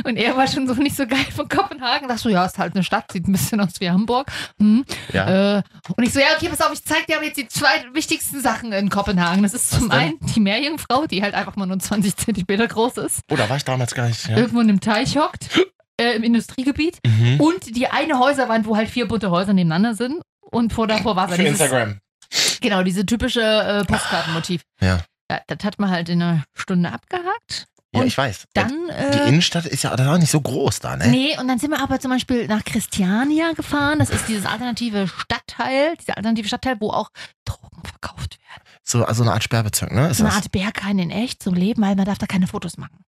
Speaker 1: und er war schon so nicht so geil von Kopenhagen. Dachte so, ja, ist halt eine Stadt, sieht ein bisschen aus wie Hamburg. Hm.
Speaker 2: Ja.
Speaker 1: Äh, und ich so, ja, okay, pass auf, ich zeig dir aber jetzt die zwei wichtigsten Sachen in Kopenhagen. Das ist
Speaker 2: Was
Speaker 1: zum
Speaker 2: denn?
Speaker 1: einen die Meerjungfrau, die halt einfach mal nur 20 Zentimeter groß ist,
Speaker 2: Oh, da war ich damals gar nicht. Ja.
Speaker 1: irgendwo in einem Teich hockt, äh, im Industriegebiet.
Speaker 2: Mhm.
Speaker 1: Und die eine Häuserwand, wo halt vier bunte Häuser nebeneinander sind. Und vor davor Wasser.
Speaker 2: Für
Speaker 1: Dieses-
Speaker 2: Instagram.
Speaker 1: Genau, diese typische äh, Postkartenmotiv.
Speaker 2: Ja.
Speaker 1: ja. Das hat man halt in einer Stunde abgehakt.
Speaker 2: Ja,
Speaker 1: Und
Speaker 2: ich weiß.
Speaker 1: Dann.
Speaker 2: die
Speaker 1: Äh,
Speaker 2: Innenstadt ist ja auch nicht so groß da, ne?
Speaker 1: Nee, und dann sind wir aber zum Beispiel nach Christiania gefahren. Das ist dieses alternative Stadtteil, dieser alternative Stadtteil, wo auch Drogen verkauft werden.
Speaker 2: So also eine Art Sperrbezirk, ne? Ist
Speaker 1: So eine
Speaker 2: das?
Speaker 1: Art Berghain in echt zum Leben, weil man darf da keine Fotos machen.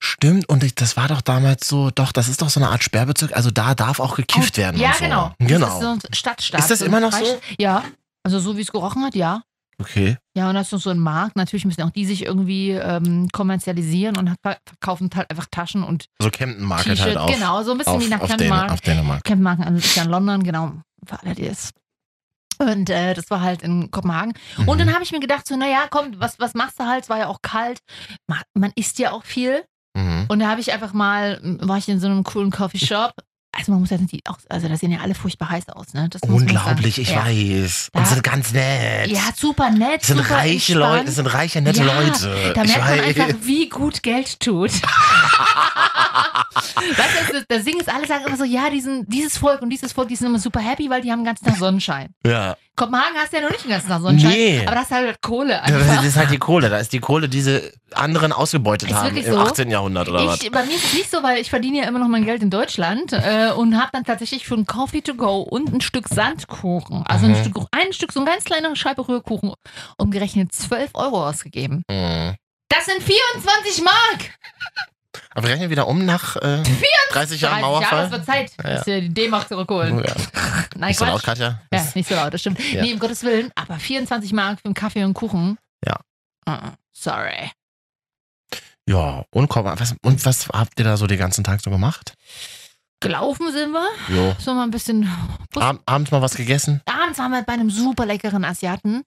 Speaker 2: Stimmt, und ich, das war doch damals so, doch, das ist doch so eine Art Sperrbezirk, also da darf auch gekifft werden.
Speaker 1: Ja,
Speaker 2: und so.
Speaker 1: genau. Das ist so
Speaker 2: Genau.
Speaker 1: ein Stadtstaat.
Speaker 2: Ist das
Speaker 1: so
Speaker 2: immer noch
Speaker 1: ein
Speaker 2: so?
Speaker 1: Ja. Also so wie es gerochen hat, ja.
Speaker 2: Okay.
Speaker 1: Ja, und das ist noch so ein Markt. Natürlich müssen auch die sich irgendwie ähm, kommerzialisieren und ver- verkaufen halt einfach Taschen und
Speaker 2: So Camden Market
Speaker 1: T-Shirts.
Speaker 2: halt auf.
Speaker 1: genau, so ein bisschen
Speaker 2: Auf,
Speaker 1: wie nach
Speaker 2: auf,
Speaker 1: Camden
Speaker 2: Dän
Speaker 1: Market.
Speaker 2: auf Dänemark.
Speaker 1: Campmarken, also das ist ja in London, genau, für alle, die es. Und äh, das war halt in Kopenhagen.
Speaker 2: Mhm.
Speaker 1: Und dann habe ich mir gedacht, so, naja, komm, was, was machst du halt? Es war ja auch kalt. Ma- Man isst ja auch viel.
Speaker 2: Mhm.
Speaker 1: Und da habe ich einfach mal, m, war ich in so einem coolen Coffeeshop. Also man muss ja die auch, also da sehen ja alle furchtbar heiß aus, ne? Das muss man sagen.
Speaker 2: Unglaublich, ich
Speaker 1: ja.
Speaker 2: weiß.
Speaker 1: Da-
Speaker 2: Und sind ganz nett.
Speaker 1: Ja, super nett.
Speaker 2: das sind
Speaker 1: super
Speaker 2: reiche
Speaker 1: entspannt.
Speaker 2: Leute, das sind reiche, nette
Speaker 1: Ja,
Speaker 2: Leute.
Speaker 1: Da
Speaker 2: ich
Speaker 1: merkt man
Speaker 2: weiß.
Speaker 1: einfach, wie gut Geld tut. weißt du, da singen es alle, sagen immer so, ja, diesen, dieses Volk und dieses Volk, die sind immer super happy, weil die haben den ganzen Tag Sonnenschein.
Speaker 2: ja.
Speaker 1: Kopenhagen hast du ja noch nicht den ganzen Tag Sonnenschein,
Speaker 2: Nee.
Speaker 1: aber das ist halt Kohle
Speaker 2: Das ist- das
Speaker 1: einfach.
Speaker 2: ist halt die Kohle. Da ist die Kohle, die sie anderen ausgebeutet
Speaker 1: Ist
Speaker 2: haben
Speaker 1: wirklich
Speaker 2: im
Speaker 1: so?
Speaker 2: 18. Jahrhundert oder was?
Speaker 1: Ich, bei mir ist es nicht so, weil ich verdiene ja immer noch mein Geld in Deutschland äh, und habe dann tatsächlich für einen Coffee to go und ein Stück Sandkuchen, also ein,
Speaker 2: Mhm.
Speaker 1: Stück, ein Stück, so ein ganz kleiner Scheibe Rührkuchen, umgerechnet 12 Euro ausgegeben.
Speaker 2: Mhm.
Speaker 1: Das sind 24 Mark!
Speaker 2: Aber wir rechnen wieder um nach äh, 30 Jahren
Speaker 1: Ja,
Speaker 2: Mauerfall.
Speaker 1: das wird Zeit,
Speaker 2: Ja, ja.
Speaker 1: dass wir die D-Mark zurückholen.
Speaker 2: ja.
Speaker 1: Nein,
Speaker 2: Ist das
Speaker 1: Quatsch.
Speaker 2: laut, Katja?
Speaker 1: Ja, nicht so laut, das stimmt.
Speaker 2: Ja.
Speaker 1: Nee, um Gottes Willen, aber 24 Mark für einen Kaffee und einen Kuchen.
Speaker 2: Ja.
Speaker 1: Uh-uh, Sorry.
Speaker 2: Ja, und komm, was, und was habt ihr da so den ganzen Tag so gemacht?
Speaker 1: Gelaufen sind wir.
Speaker 2: Jo.
Speaker 1: So mal ein bisschen. Bus-
Speaker 2: Ab, abends mal was gegessen?
Speaker 1: Abends waren wir bei einem super leckeren Asiaten.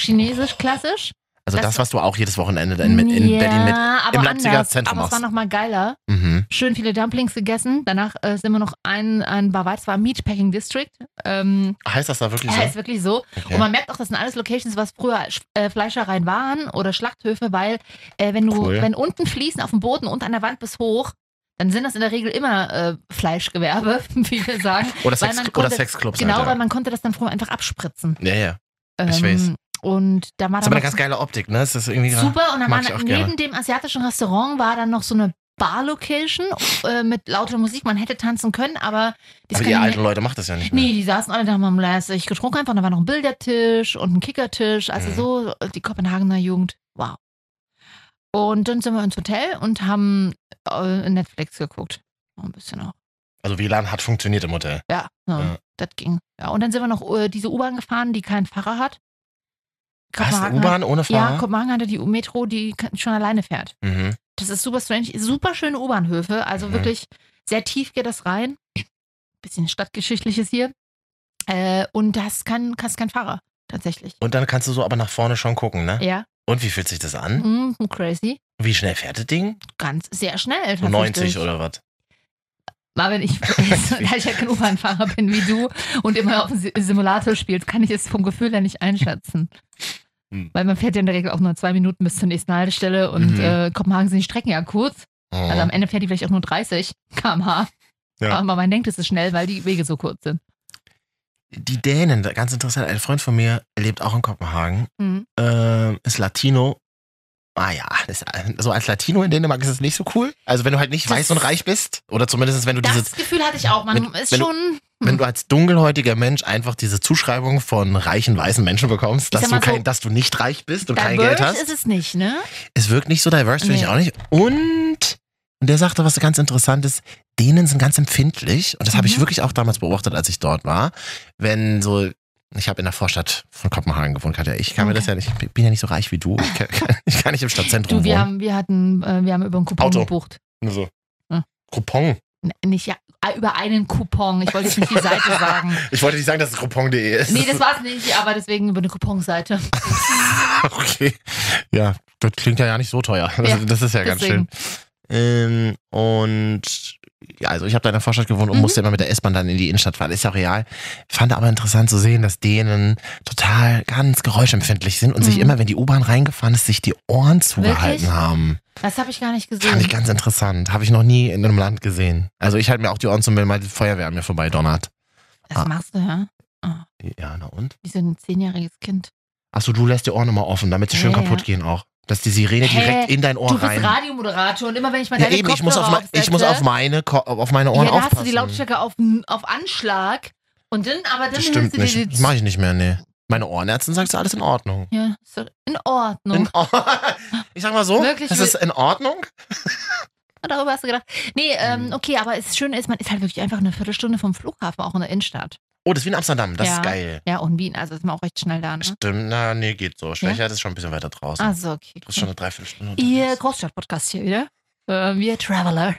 Speaker 1: Chinesisch, klassisch.
Speaker 2: Also das,
Speaker 1: Das-
Speaker 2: was du auch jedes Wochenende in, in
Speaker 1: ja,
Speaker 2: Berlin mit.
Speaker 1: aber
Speaker 2: im Leipziger
Speaker 1: anders,
Speaker 2: Zentrum
Speaker 1: Aber es war
Speaker 2: machst.
Speaker 1: nochmal geiler.
Speaker 2: Mhm.
Speaker 1: Schön viele Dumplings gegessen. Danach äh, sind wir noch ein, ein Bar weiter. Es war Meatpacking District. Ähm,
Speaker 2: Heißt das da wirklich so?
Speaker 1: ja, ist wirklich so.
Speaker 2: Okay.
Speaker 1: Und man merkt auch, das sind alles Locations, was früher äh, Fleischereien waren oder Schlachthöfe, weil äh, wenn du,
Speaker 2: Cool.
Speaker 1: wenn unten Fliesen auf dem Boden und an der Wand bis hoch, dann sind das in der Regel immer äh, Fleischgewerbe, wie wir sagen.
Speaker 2: oder,
Speaker 1: weil
Speaker 2: Sex,
Speaker 1: man
Speaker 2: oder
Speaker 1: konnte-
Speaker 2: Sexclubs.
Speaker 1: Genau,
Speaker 2: halt, ja.
Speaker 1: weil man konnte das dann früher einfach abspritzen.
Speaker 2: ja, ja.
Speaker 1: Ähm,
Speaker 2: Ich weiß.
Speaker 1: Und da war
Speaker 2: Das ist aber
Speaker 1: dann
Speaker 2: eine ganz geile Optik, ne? Das ist irgendwie gerade-
Speaker 1: super. Und dann war
Speaker 2: Mag ich
Speaker 1: neben
Speaker 2: auch gerne.
Speaker 1: dem asiatischen Restaurant war dann noch so eine Bar-Location äh, mit lauter Musik. Man hätte tanzen können, aber die
Speaker 2: Aber ihr alten Leute macht das ja nicht mehr.
Speaker 1: Nee, die saßen alle da und haben lässig getrunken einfach. Und da war noch ein Bildertisch und ein Kickertisch. Also
Speaker 2: Mhm.
Speaker 1: so die Kopenhagener Jugend. Wow. Und dann sind wir ins Hotel und haben äh, Netflix geguckt. Noch Ein bisschen auch.
Speaker 2: Also WLAN hat funktioniert im Hotel.
Speaker 1: Ja, ja,
Speaker 2: Ja.
Speaker 1: das ging. Ja, und dann sind wir noch äh, diese U-Bahn gefahren, die keinen Fahrer hat.
Speaker 2: Was?
Speaker 1: Kopenhagen hat-
Speaker 2: U-Bahn ohne
Speaker 1: Ja,
Speaker 2: Fahrer?
Speaker 1: Kopenhagen hatte die Metro, die kann- schon alleine fährt.
Speaker 2: mhm.
Speaker 1: Das ist super strange. Super schöne U-Bahnhöfe. Also
Speaker 2: Mhm.
Speaker 1: wirklich sehr tief geht das rein. Bisschen stadtgeschichtliches hier. Äh, und da hast kein, hast kein Fahrer, tatsächlich.
Speaker 2: Und dann kannst du so aber nach vorne schon gucken, ne?
Speaker 1: Ja.
Speaker 2: Und wie fühlt sich das an?
Speaker 1: Mhm, crazy.
Speaker 2: Wie schnell fährt das Ding?
Speaker 1: Ganz sehr schnell.
Speaker 2: So 90
Speaker 1: tatsächlich.
Speaker 2: oder was?
Speaker 1: Marvin, ich, da ich ja kein U-Bahn-Fahrer bin wie du und immer auf dem Si- Simulator spielst, kann ich es vom Gefühl her nicht einschätzen.
Speaker 2: Hm.
Speaker 1: Weil man fährt ja in der Regel auch nur zwei Minuten bis zur nächsten Haltestelle und
Speaker 2: Mhm.
Speaker 1: äh, Kopenhagen sind die Strecken ja kurz. Also am Ende fährt die vielleicht auch nur 30 km/h.
Speaker 2: Ja.
Speaker 1: Aber man denkt, es ist schnell, weil die Wege so kurz sind.
Speaker 2: Die Dänen, da- ganz interessant, ein Freund von mir lebt auch in Kopenhagen,
Speaker 1: Mhm.
Speaker 2: ähm, ist Latino. Ah ja, das, so als Latino in Dänemark ist es nicht so cool. Also wenn du halt nicht
Speaker 1: Das-
Speaker 2: weiß und reich bist, oder zumindest wenn du diese,
Speaker 1: Das Gefühl hatte ich auch. Man
Speaker 2: Wenn-
Speaker 1: ist
Speaker 2: wenn du-
Speaker 1: schon.
Speaker 2: wenn du als dunkelhäutiger Mensch einfach diese Zuschreibung von reichen weißen Menschen bekommst,
Speaker 1: Ich
Speaker 2: dass
Speaker 1: sag
Speaker 2: du
Speaker 1: mal so,
Speaker 2: kein, dass du nicht reich bist und kein
Speaker 1: diverse
Speaker 2: Geld hast. Oh,
Speaker 1: ist es nicht, ne?
Speaker 2: Es wirkt nicht so diverse, finde ich
Speaker 1: Nee.
Speaker 2: auch nicht. Und, und der sagte was ganz Interessantes. Dänen sind ganz empfindlich. Und das habe ich
Speaker 1: Mhm.
Speaker 2: wirklich auch damals beobachtet, als ich dort war. Wenn so, ich habe in der Vorstadt von Kopenhagen gewohnt, Katja. Ich kann mir
Speaker 1: Okay.
Speaker 2: das ja nicht, ich bin ja nicht so reich wie du. Ich kann, kann, ich kann nicht im Stadtzentrum
Speaker 1: Du, wir
Speaker 2: wohnen.
Speaker 1: haben, wir hatten, äh, wir haben über einen Coupon
Speaker 2: Auto.
Speaker 1: gebucht.
Speaker 2: Nur so.
Speaker 1: Ja.
Speaker 2: Coupon.
Speaker 1: N- Nicht, ja, äh, über einen Coupon. Ich wollte jetzt nicht die Seite sagen.
Speaker 2: Ich wollte nicht sagen, dass es coupon.de ist.
Speaker 1: Nee, das war's nicht, aber deswegen über eine Couponseite.
Speaker 2: okay. Ja, das klingt ja ja nicht so teuer. Das,
Speaker 1: Ja,
Speaker 2: das ist ja ganz schön.
Speaker 1: deswegen.
Speaker 2: Ähm, und ja, also ich habe da in der Vorstadt gewohnt und
Speaker 1: Mhm.
Speaker 2: musste immer mit der S-Bahn dann in die Innenstadt fahren. Ist ja real. Fand aber interessant zu sehen, dass Dänen total ganz geräuschempfindlich sind und sich
Speaker 1: Mhm.
Speaker 2: immer, wenn die U-Bahn reingefahren ist, sich die Ohren
Speaker 1: Wirklich?
Speaker 2: zugehalten
Speaker 1: Mhm.
Speaker 2: haben.
Speaker 1: Das habe ich gar nicht gesehen.
Speaker 2: Fand ich ganz interessant. Habe ich noch nie in einem Land gesehen. Also ich halte mir auch die Ohren zu, wenn mal die Feuerwehr an mir vorbeidonnert.
Speaker 1: das
Speaker 2: Ah.
Speaker 1: machst du, ja?
Speaker 2: Ja, na und?
Speaker 1: Wie so ein zehnjähriges Kind.
Speaker 2: Achso, du lässt die Ohren immer offen, damit sie schön
Speaker 1: Ja, ja.
Speaker 2: kaputt gehen auch. Dass die Sirene
Speaker 1: Hä?
Speaker 2: direkt in dein Ohr
Speaker 1: Du bist
Speaker 2: Oh, rein.
Speaker 1: Radiomoderator und immer wenn ich mal
Speaker 2: Ja,
Speaker 1: deine
Speaker 2: eben, ich
Speaker 1: Kopfhörer
Speaker 2: muss, auf, ma- ich
Speaker 1: aufsetze,
Speaker 2: muss auf, meine, Ko- auf meine Ohren
Speaker 1: ja, da
Speaker 2: aufpassen.
Speaker 1: hast du die Lautstärke auf, auf Anschlag und dann, aber dann
Speaker 2: Das stimmt
Speaker 1: hörst du
Speaker 2: nicht. Das
Speaker 1: die,
Speaker 2: mache ich nicht mehr, nee. Meine Ohrenärztin sagt, es ist alles in Ordnung.
Speaker 1: ja, so in Ordnung.
Speaker 2: In Or- ich sag mal so,
Speaker 1: Wirklich,
Speaker 2: das ist in Ordnung.
Speaker 1: Ah, Darüber hast du gedacht. Nee, ähm,
Speaker 2: Mhm.
Speaker 1: okay, aber das Schöne ist, man ist halt wirklich einfach eine Viertelstunde vom Flughafen, auch in der Innenstadt.
Speaker 2: Oh, das ist wie in Amsterdam, das
Speaker 1: Ja.
Speaker 2: ist geil.
Speaker 1: Ja, und Wien, also ist man auch recht schnell da, ne?
Speaker 2: Stimmt, na, nee, geht so. Schwächer das ist schon ein bisschen weiter draußen.
Speaker 1: Also, okay.
Speaker 2: das ist schon eine Dreiviertelstunde.
Speaker 1: Ihr
Speaker 2: unterwegs.
Speaker 1: Großstadt-Podcast hier wieder. Äh, wir Traveler.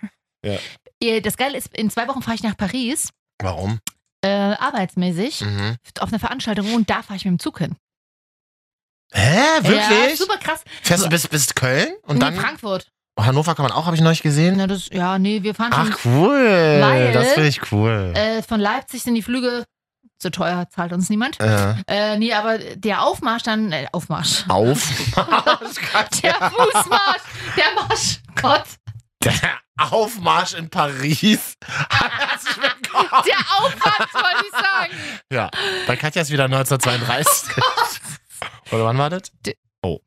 Speaker 2: Ja.
Speaker 1: Ihr, das Geile ist, in zwei Wochen fahre ich nach Paris,
Speaker 2: Warum?
Speaker 1: äh, arbeitsmäßig,
Speaker 2: Mhm.
Speaker 1: auf eine Veranstaltung und da fahre ich mit dem Zug hin.
Speaker 2: Hä,
Speaker 1: Ja,
Speaker 2: wirklich?
Speaker 1: super krass.
Speaker 2: Fährst du bis, bis Köln und
Speaker 1: Und
Speaker 2: dann Oh,
Speaker 1: dann Frankfurt.
Speaker 2: Hannover kann man auch, habe ich neulich gesehen.
Speaker 1: Na, das, ja, nee, wir fahren
Speaker 2: Ach, cool.
Speaker 1: Weil-
Speaker 2: das finde ich cool.
Speaker 1: schon. Äh, von Leipzig sind die Flüge zu teuer, zahlt uns niemand.
Speaker 2: Äh,
Speaker 1: Äh, nee, aber der Aufmarsch dann, äh, Aufmarsch.
Speaker 2: auf.
Speaker 1: Der Fußmarsch, der Marsch, Gott,
Speaker 2: Der Aufmarsch in Paris. Herzlich willkommen.
Speaker 1: der Aufwand, wollte ich sagen.
Speaker 2: Ja, bei Katja ist wieder 1932.
Speaker 1: Oh
Speaker 2: Oder wann war das?
Speaker 1: D-
Speaker 2: Oh.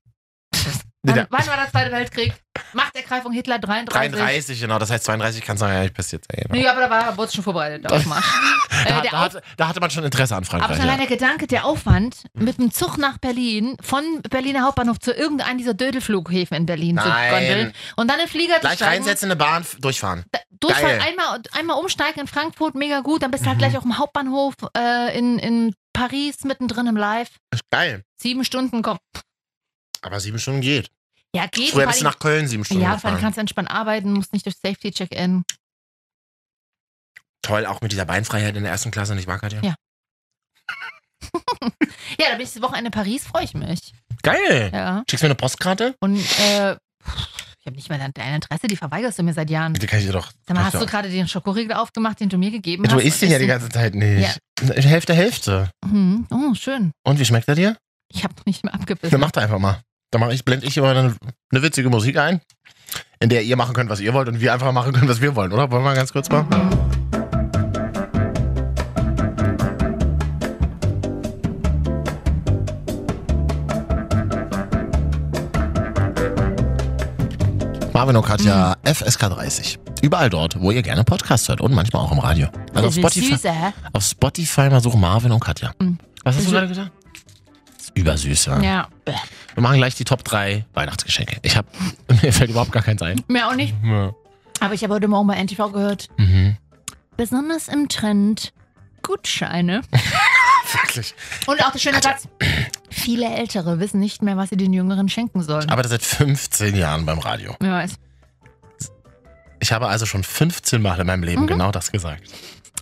Speaker 2: Nee,
Speaker 1: Wann,
Speaker 2: der-
Speaker 1: wann war der Zweite Weltkrieg? Machtergreifung um Hitler 33.
Speaker 2: 33, genau. Das heißt, 32 kann es ja nicht passiert sein. Genau.
Speaker 1: Nee, aber da war, wurde schon vorbereitet, der Aufmarsch.
Speaker 2: Da,
Speaker 1: äh, der
Speaker 2: da, hatte, da hatte man schon Interesse an
Speaker 1: aber
Speaker 2: Frankreich.
Speaker 1: schon allein
Speaker 2: Ja.
Speaker 1: der Gedanke, der Aufwand, mit dem Zug nach Berlin, von Berliner Hauptbahnhof zu irgendeinem dieser Dödelflughäfen in Berlin
Speaker 2: Nein.
Speaker 1: zu gondeln und dann in den Flieger
Speaker 2: Gleich
Speaker 1: zu steigen,
Speaker 2: reinsetzen, in eine Bahn, f- durchfahren.
Speaker 1: da- Durchfall
Speaker 2: Geil.
Speaker 1: einmal, einmal umsteigen in Frankfurt, mega gut, dann bist du halt
Speaker 2: Mhm.
Speaker 1: gleich auf dem Hauptbahnhof äh, in, in Paris, mittendrin im Live.
Speaker 2: Ist geil.
Speaker 1: Sieben Stunden, komm. Aber
Speaker 2: Aber sieben Stunden geht.
Speaker 1: Ja, geht.
Speaker 2: Früher
Speaker 1: vor
Speaker 2: bist du
Speaker 1: allem-
Speaker 2: nach Köln sieben Stunden
Speaker 1: ja, vor allem
Speaker 2: gefahren.
Speaker 1: kannst du entspannt arbeiten, musst nicht durch Safety-Check-In.
Speaker 2: Toll, auch mit dieser Beinfreiheit in der ersten Klasse, nicht wahr, Katja?
Speaker 1: Ja. Ja, da bin ich das Wochenende in Paris, freue ich mich.
Speaker 2: Geil.
Speaker 1: Ja.
Speaker 2: Schickst mir eine Postkarte?
Speaker 1: Und äh, pff, ich habe nicht mehr dein dein Interesse, die verweigerst du mir seit Jahren.
Speaker 2: Die kann ich dir doch.
Speaker 1: Hm. Sag mal, hast
Speaker 2: doch-
Speaker 1: du gerade den Schokoriegel aufgemacht, den du mir gegeben hast?
Speaker 2: du isst den
Speaker 1: Und
Speaker 2: ja die
Speaker 1: ich
Speaker 2: ganze Zeit nicht. Hälfte, Hälfte.
Speaker 1: so, hm, Oh, schön.
Speaker 2: Und wie schmeckt er dir?
Speaker 1: Ich habe noch nicht mehr abgebissen.
Speaker 2: Dann macht einfach mal. Dann mach ich, blende ich immer eine, eine witzige Musik ein, in der ihr machen könnt, was ihr wollt und wir einfach machen können, was wir wollen, oder? Wollen wir ganz kurz mal? Marvin und Katja,
Speaker 1: Mhm.
Speaker 2: FSK 30. Überall dort, wo ihr gerne Podcasts hört und manchmal auch im Radio. Also auf
Speaker 1: Das ist
Speaker 2: Spotify,
Speaker 1: süßer, hä?
Speaker 2: auf Spotify mal suchen Marvin und Katja.
Speaker 1: Mhm.
Speaker 2: Was hast du
Speaker 1: Süß-
Speaker 2: gerade gesagt? Übersüß, ja.
Speaker 1: Ja.
Speaker 2: Wir machen gleich die Top 3 Weihnachtsgeschenke. Ich hab, mir fällt überhaupt gar keins ein.
Speaker 1: Mehr auch nicht. Aber ich habe heute Morgen bei NTV gehört,
Speaker 2: Mhm.
Speaker 1: besonders im Trend Gutscheine.
Speaker 2: Wirklich.
Speaker 1: Und auch der schöne Satz. Viele Ältere wissen nicht mehr, was sie den Jüngeren schenken sollen.
Speaker 2: Ich arbeite seit 15 Jahren beim Radio.
Speaker 1: Wer weiß.
Speaker 2: Ich habe also schon 15 Mal in meinem Leben
Speaker 1: Mhm.
Speaker 2: genau das gesagt.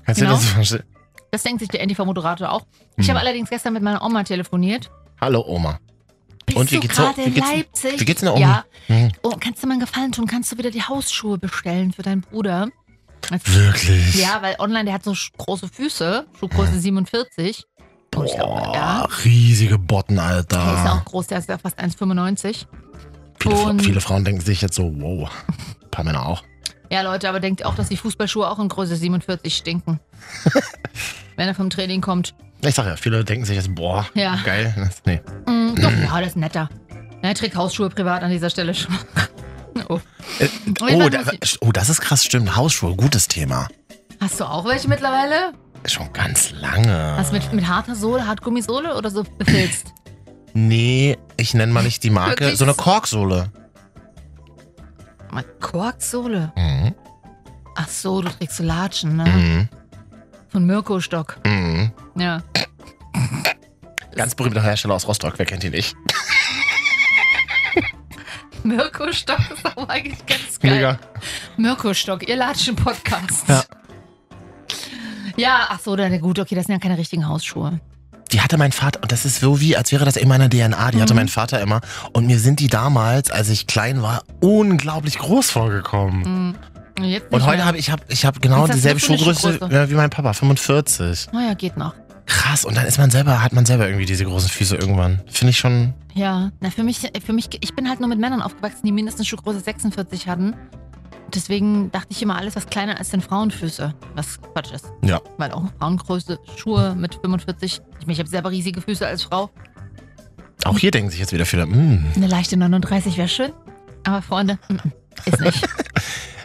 Speaker 2: Kannst
Speaker 1: Genau.
Speaker 2: du dir das vorstellen?
Speaker 1: Das denkt sich der NTV-Moderator auch. Ich
Speaker 2: Hm.
Speaker 1: habe allerdings gestern mit meiner Oma telefoniert.
Speaker 2: Hallo Oma.
Speaker 1: Bist
Speaker 2: Und wie
Speaker 1: du
Speaker 2: geht's so-
Speaker 1: gerade
Speaker 2: wie
Speaker 1: in
Speaker 2: geht's-
Speaker 1: Leipzig?
Speaker 2: wie geht's denn der Omi?
Speaker 1: Ja.
Speaker 2: Hm.
Speaker 1: Oh, kannst du mir einen Gefallen tun? Kannst du wieder die Hausschuhe bestellen für deinen Bruder?
Speaker 2: Wirklich?
Speaker 1: Ja, weil online, der hat so sch- große Füße, Schuhgröße 47. Und ich glaube, ja.
Speaker 2: Oh, riesige Botten,
Speaker 1: Der ist ja auch
Speaker 2: Alter.
Speaker 1: groß, der ist ja fast 1,95.
Speaker 2: Viele, Fra-
Speaker 1: und-
Speaker 2: viele Frauen denken sich jetzt so, wow, ein paar Männer auch.
Speaker 1: Ja, Leute, aber denkt auch, dass die Fußballschuhe auch in Größe 47 stinken. Wenn er vom Training kommt.
Speaker 2: Ich sag ja, viele denken sich jetzt, boah,
Speaker 1: Ja.
Speaker 2: geil. Das- Nee.
Speaker 1: Mm, doch, ja, das ist netter. Er trägt Hausschuhe privat an dieser Stelle schon. Oh.
Speaker 2: Äh,
Speaker 1: Auf jeden
Speaker 2: Oh,
Speaker 1: Fall
Speaker 2: da,
Speaker 1: muss ich-
Speaker 2: oh, das ist krass, stimmt. Hausschuhe, gutes Thema.
Speaker 1: Hast du auch welche mittlerweile?
Speaker 2: Schon ganz lange.
Speaker 1: Hast du mit, mit harter Sohle, Hartgummisohle oder so befilzt?
Speaker 2: Nee, ich nenne mal nicht die Marke.
Speaker 1: Wirklich?
Speaker 2: So eine Korksohle.
Speaker 1: Mal Korksohle.
Speaker 2: Mhm.
Speaker 1: Ach so, du trägst so Latschen, ne?
Speaker 2: Mhm.
Speaker 1: Von Mirko Stock.
Speaker 2: Mhm.
Speaker 1: Ja.
Speaker 2: Ganz berühmter Hersteller aus Rostock, wer kennt ihn nicht?
Speaker 1: Mirko Stock ist auch eigentlich ganz geil. Mirko Stock, ihr Latschen-Podcast.
Speaker 2: Ja.
Speaker 1: Ja, ach so, dann gut, okay, das sind ja keine richtigen Hausschuhe.
Speaker 2: Die hatte mein Vater, und das ist so wie, als wäre das in meiner DNA, die hatte
Speaker 1: Mhm.
Speaker 2: mein Vater immer. Und mir sind die damals, als ich klein war, unglaublich groß vorgekommen.
Speaker 1: Mhm. Und, jetzt
Speaker 2: Und
Speaker 1: nicht
Speaker 2: heute
Speaker 1: mehr.
Speaker 2: habe ich, hab, ich hab
Speaker 1: Jetzt
Speaker 2: genau
Speaker 1: hast du
Speaker 2: dieselbe
Speaker 1: eine frische
Speaker 2: Schuhgröße
Speaker 1: Größe.
Speaker 2: ja, wie mein Papa, 45.
Speaker 1: Naja, Ah geht noch.
Speaker 2: Krass, und dann ist man selber, hat man selber irgendwie diese großen Füße irgendwann. Finde ich schon.
Speaker 1: Ja, na, für mich, für mich, ich bin halt nur mit Männern aufgewachsen, die mindestens Schuhgröße 46 hatten. Deswegen dachte ich immer, alles, was kleiner ist, sind Frauenfüße. Was Quatsch ist.
Speaker 2: Ja.
Speaker 1: Weil auch Frauengröße, Schuhe mit 45. Ich meine, ich habe selber riesige Füße als Frau.
Speaker 2: Auch hier denken sich jetzt wieder viele, hm,
Speaker 1: Eine leichte 39 wäre schön. Aber Freunde, mm, mm, ist nicht.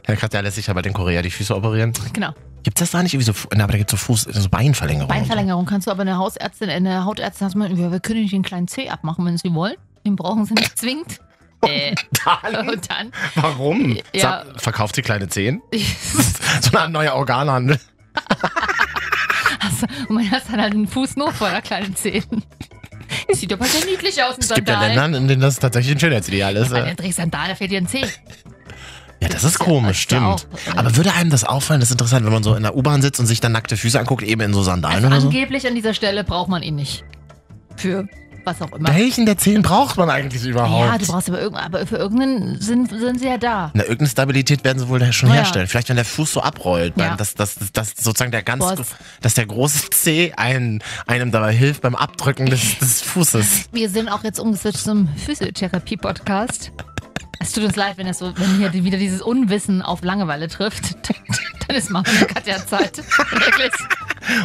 Speaker 2: Herr Katja lässt sich ja bald in Korea die Füße operieren.
Speaker 1: genau.
Speaker 2: Gibt's das da nicht irgendwie so, Fu- na, aber da gibt's so Fuß, so Beinverlängerung.
Speaker 1: Beinverlängerung kannst du aber eine Hausärztin, eine Hautärztin hast man, wir können nicht den kleinen C abmachen, wenn sie wollen. Den brauchen sie nicht zwingend. Äh, und dann.
Speaker 2: Warum?
Speaker 1: Äh, Ja.
Speaker 2: Sag, verkauft sie kleine Zehen? so eine Art neuer Organhandel.
Speaker 1: Hast- Und man hat dann halt einen Fuß nur vor der kleinen Zehen. Sieht aber sehr niedlich aus, ein
Speaker 2: Es gibt ja
Speaker 1: Sandal.
Speaker 2: Länder, in denen das tatsächlich ein Schönheitsideal ist.
Speaker 1: Wenn
Speaker 2: Ja,
Speaker 1: du trägst Sandal, da fehlt dir ein Zeh.
Speaker 2: das ist komisch,
Speaker 1: ja
Speaker 2: stimmt.
Speaker 1: auch, äh,
Speaker 2: Aber würde einem das auffallen, das ist interessant, wenn man so in der U-Bahn sitzt und sich dann nackte Füße anguckt, eben in so Sandalen
Speaker 1: Also
Speaker 2: oder so?
Speaker 1: angeblich an dieser Stelle braucht man ihn nicht. Für was auch immer.
Speaker 2: Welchen der Zehen braucht man eigentlich überhaupt?
Speaker 1: Ja, du brauchst aber irgendeinen, aber für irgendeinen sind, sind sie ja da.
Speaker 2: Na, irgendeine Stabilität werden sie wohl schon
Speaker 1: Ja.
Speaker 2: herstellen. Vielleicht, wenn der Fuß so abrollt,
Speaker 1: Ja.
Speaker 2: dann, dass, dass, dass sozusagen der ganz,
Speaker 1: Boah,
Speaker 2: gro-
Speaker 1: es-
Speaker 2: dass der große Zeh einen, einem dabei hilft beim Abdrücken des, des Fußes.
Speaker 1: Wir sind auch jetzt umgeswitcht zum Physiotherapie-Podcast. Es tut uns leid, wenn, das so, wenn hier die- wieder dieses Unwissen auf Langeweile trifft. Dann ist Mama Katja Zeit. Wirklich.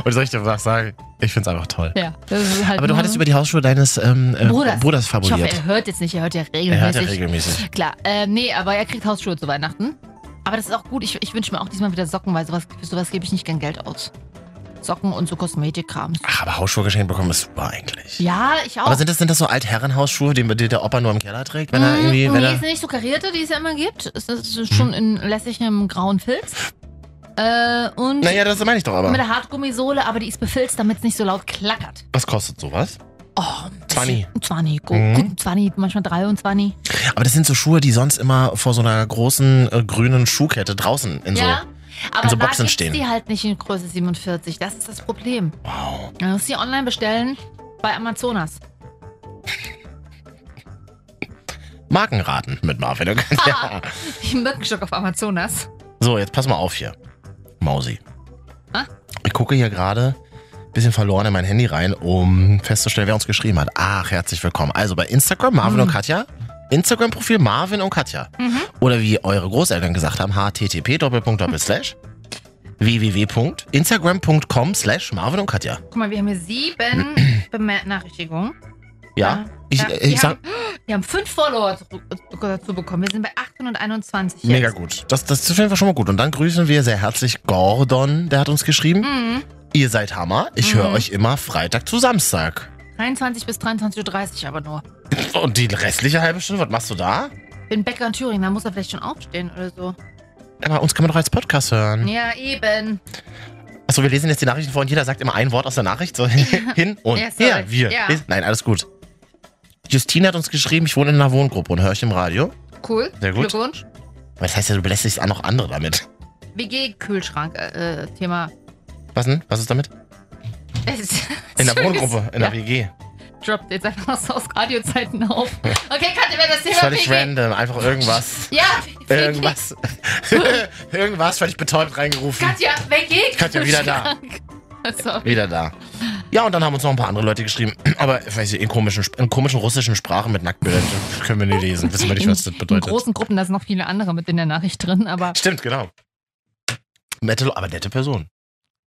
Speaker 2: Und soll ich dir was sagen? Ich find's einfach toll.
Speaker 1: Ja, das ist halt
Speaker 2: Aber du
Speaker 1: nur-
Speaker 2: hattest über die Hausschuhe deines ähm, äh,
Speaker 1: Bruders.
Speaker 2: Bruders
Speaker 1: Ich hoffe,
Speaker 2: fabuliert.
Speaker 1: er hört jetzt nicht, er hört ja
Speaker 2: er hört
Speaker 1: regelmäßig.
Speaker 2: ja regelmäßig.
Speaker 1: Klar, äh, nee, aber er kriegt Hausschuhe zu Weihnachten. Aber das ist auch gut. Ich, ich wünsche mir auch diesmal wieder Socken, weil sowas, für sowas gebe ich nicht gern Geld aus. Socken und so Kosmetikkrams.
Speaker 2: Ach, aber Hausschuhe geschenkt bekommen ist super eigentlich.
Speaker 1: Ja, ich auch.
Speaker 2: Aber sind das, sind das so Altherrenhausschuhe, die, die der Opa nur im Keller trägt, wenn er
Speaker 1: Hm,
Speaker 2: irgendwie, wenn
Speaker 1: nee,
Speaker 2: er, Mhm.
Speaker 1: ist nicht so karierte, die es ja immer gibt. Es ist schon in lässigem grauen Filz. Äh, und
Speaker 2: naja, das meine ich doch
Speaker 1: mit
Speaker 2: aber.
Speaker 1: der Hartgummisohle, aber die ist befilzt, damit es nicht so laut klackert.
Speaker 2: Was kostet sowas?
Speaker 1: Oh, ein bisschen-
Speaker 2: 20.
Speaker 1: 20, go-
Speaker 2: Mhm.
Speaker 1: gut, 20, manchmal 23.
Speaker 2: Aber das sind so Schuhe, die sonst immer vor so einer großen äh, grünen Schuhkette draußen in
Speaker 1: Ja,
Speaker 2: so.
Speaker 1: aber
Speaker 2: so
Speaker 1: da
Speaker 2: Boxen
Speaker 1: gibt's
Speaker 2: stehen.
Speaker 1: die halt nicht in Größe 47. Das ist das Problem.
Speaker 2: Wow.
Speaker 1: Man muss die online bestellen bei Amazonas.
Speaker 2: Markenraten mit Marvin. und
Speaker 1: Ah.
Speaker 2: Katja.
Speaker 1: Ich Mückenstock auf Amazonas.
Speaker 2: So, jetzt pass mal auf hier. Mausi.
Speaker 1: Ah?
Speaker 2: Ich gucke hier gerade ein bisschen verloren in mein Handy rein, um festzustellen, wer uns geschrieben hat. Ach, herzlich willkommen. Also bei Instagram, Marvin
Speaker 1: Mhm.
Speaker 2: und Katja. Instagram-Profil Marvin und Katja. Oder wie eure Großeltern gesagt haben, http www.instagram.com slash Marvin und Katja.
Speaker 1: Guck mal, wir haben hier sieben Benachrichtigungen.
Speaker 2: Ja, ich, äh,
Speaker 1: Ja,
Speaker 2: ich
Speaker 1: wir
Speaker 2: sag,
Speaker 1: haben, wir haben fünf Follower zurück- dazu bekommen. Wir sind bei 821 jetzt.
Speaker 2: mega gut. Das, das ist auf jeden Fall schon mal gut. Und dann grüßen wir sehr herzlich Gordon, der hat uns geschrieben.
Speaker 1: Mhm.
Speaker 2: Ihr seid Hammer. Ich höre
Speaker 1: Mhm.
Speaker 2: euch immer Freitag zu Samstag.
Speaker 1: 23 bis 23.30 Uhr aber nur.
Speaker 2: Und die restliche halbe Stunde, was machst du da?
Speaker 1: Bin Bäcker in Thüringen, da muss er vielleicht schon aufstehen oder so.
Speaker 2: Aber uns kann man doch als Podcast hören.
Speaker 1: Ja, eben.
Speaker 2: Achso, wir lesen jetzt die Nachrichten vor und jeder sagt immer ein Wort aus der Nachricht. So hin hin und
Speaker 1: Ja, sorry.
Speaker 2: her. Wir.
Speaker 1: Ja.
Speaker 2: Wir- Nein, alles gut. Justine hat uns geschrieben, ich wohne in einer Wohngruppe und höre ich im Radio.
Speaker 1: Cool.
Speaker 2: Sehr gut.
Speaker 1: Glückwunsch.
Speaker 2: Was heißt ja, du belästigst auch noch andere damit.
Speaker 1: äh, WG-Kühlschrank-Thema.
Speaker 2: Was denn? Was ist damit? In der Wohngruppe, in der WG.
Speaker 1: droppt jetzt einfach mal so aus Radiozeiten auf. Okay, Katja, wer das Thema
Speaker 2: Völlig
Speaker 1: PG?
Speaker 2: random, einfach irgendwas.
Speaker 1: Ja, PG.
Speaker 2: Irgendwas. irgendwas völlig betäubt reingerufen.
Speaker 1: Katja, Also, wer geht?
Speaker 2: Katja, wieder da.
Speaker 1: Sorry.
Speaker 2: Wieder da. Ja, und dann haben uns noch ein paar andere Leute geschrieben. Aber ich weiß nicht, in komischen, Sp- in komischen russischen Sprachen mit Nacktbildern können wir nicht lesen. Wissen wir nicht, was das
Speaker 1: In
Speaker 2: bedeutet.
Speaker 1: großen Gruppen, da sind noch viele andere mit in der Nachricht drin, aber
Speaker 2: Stimmt, genau. Metal, aber nette Person.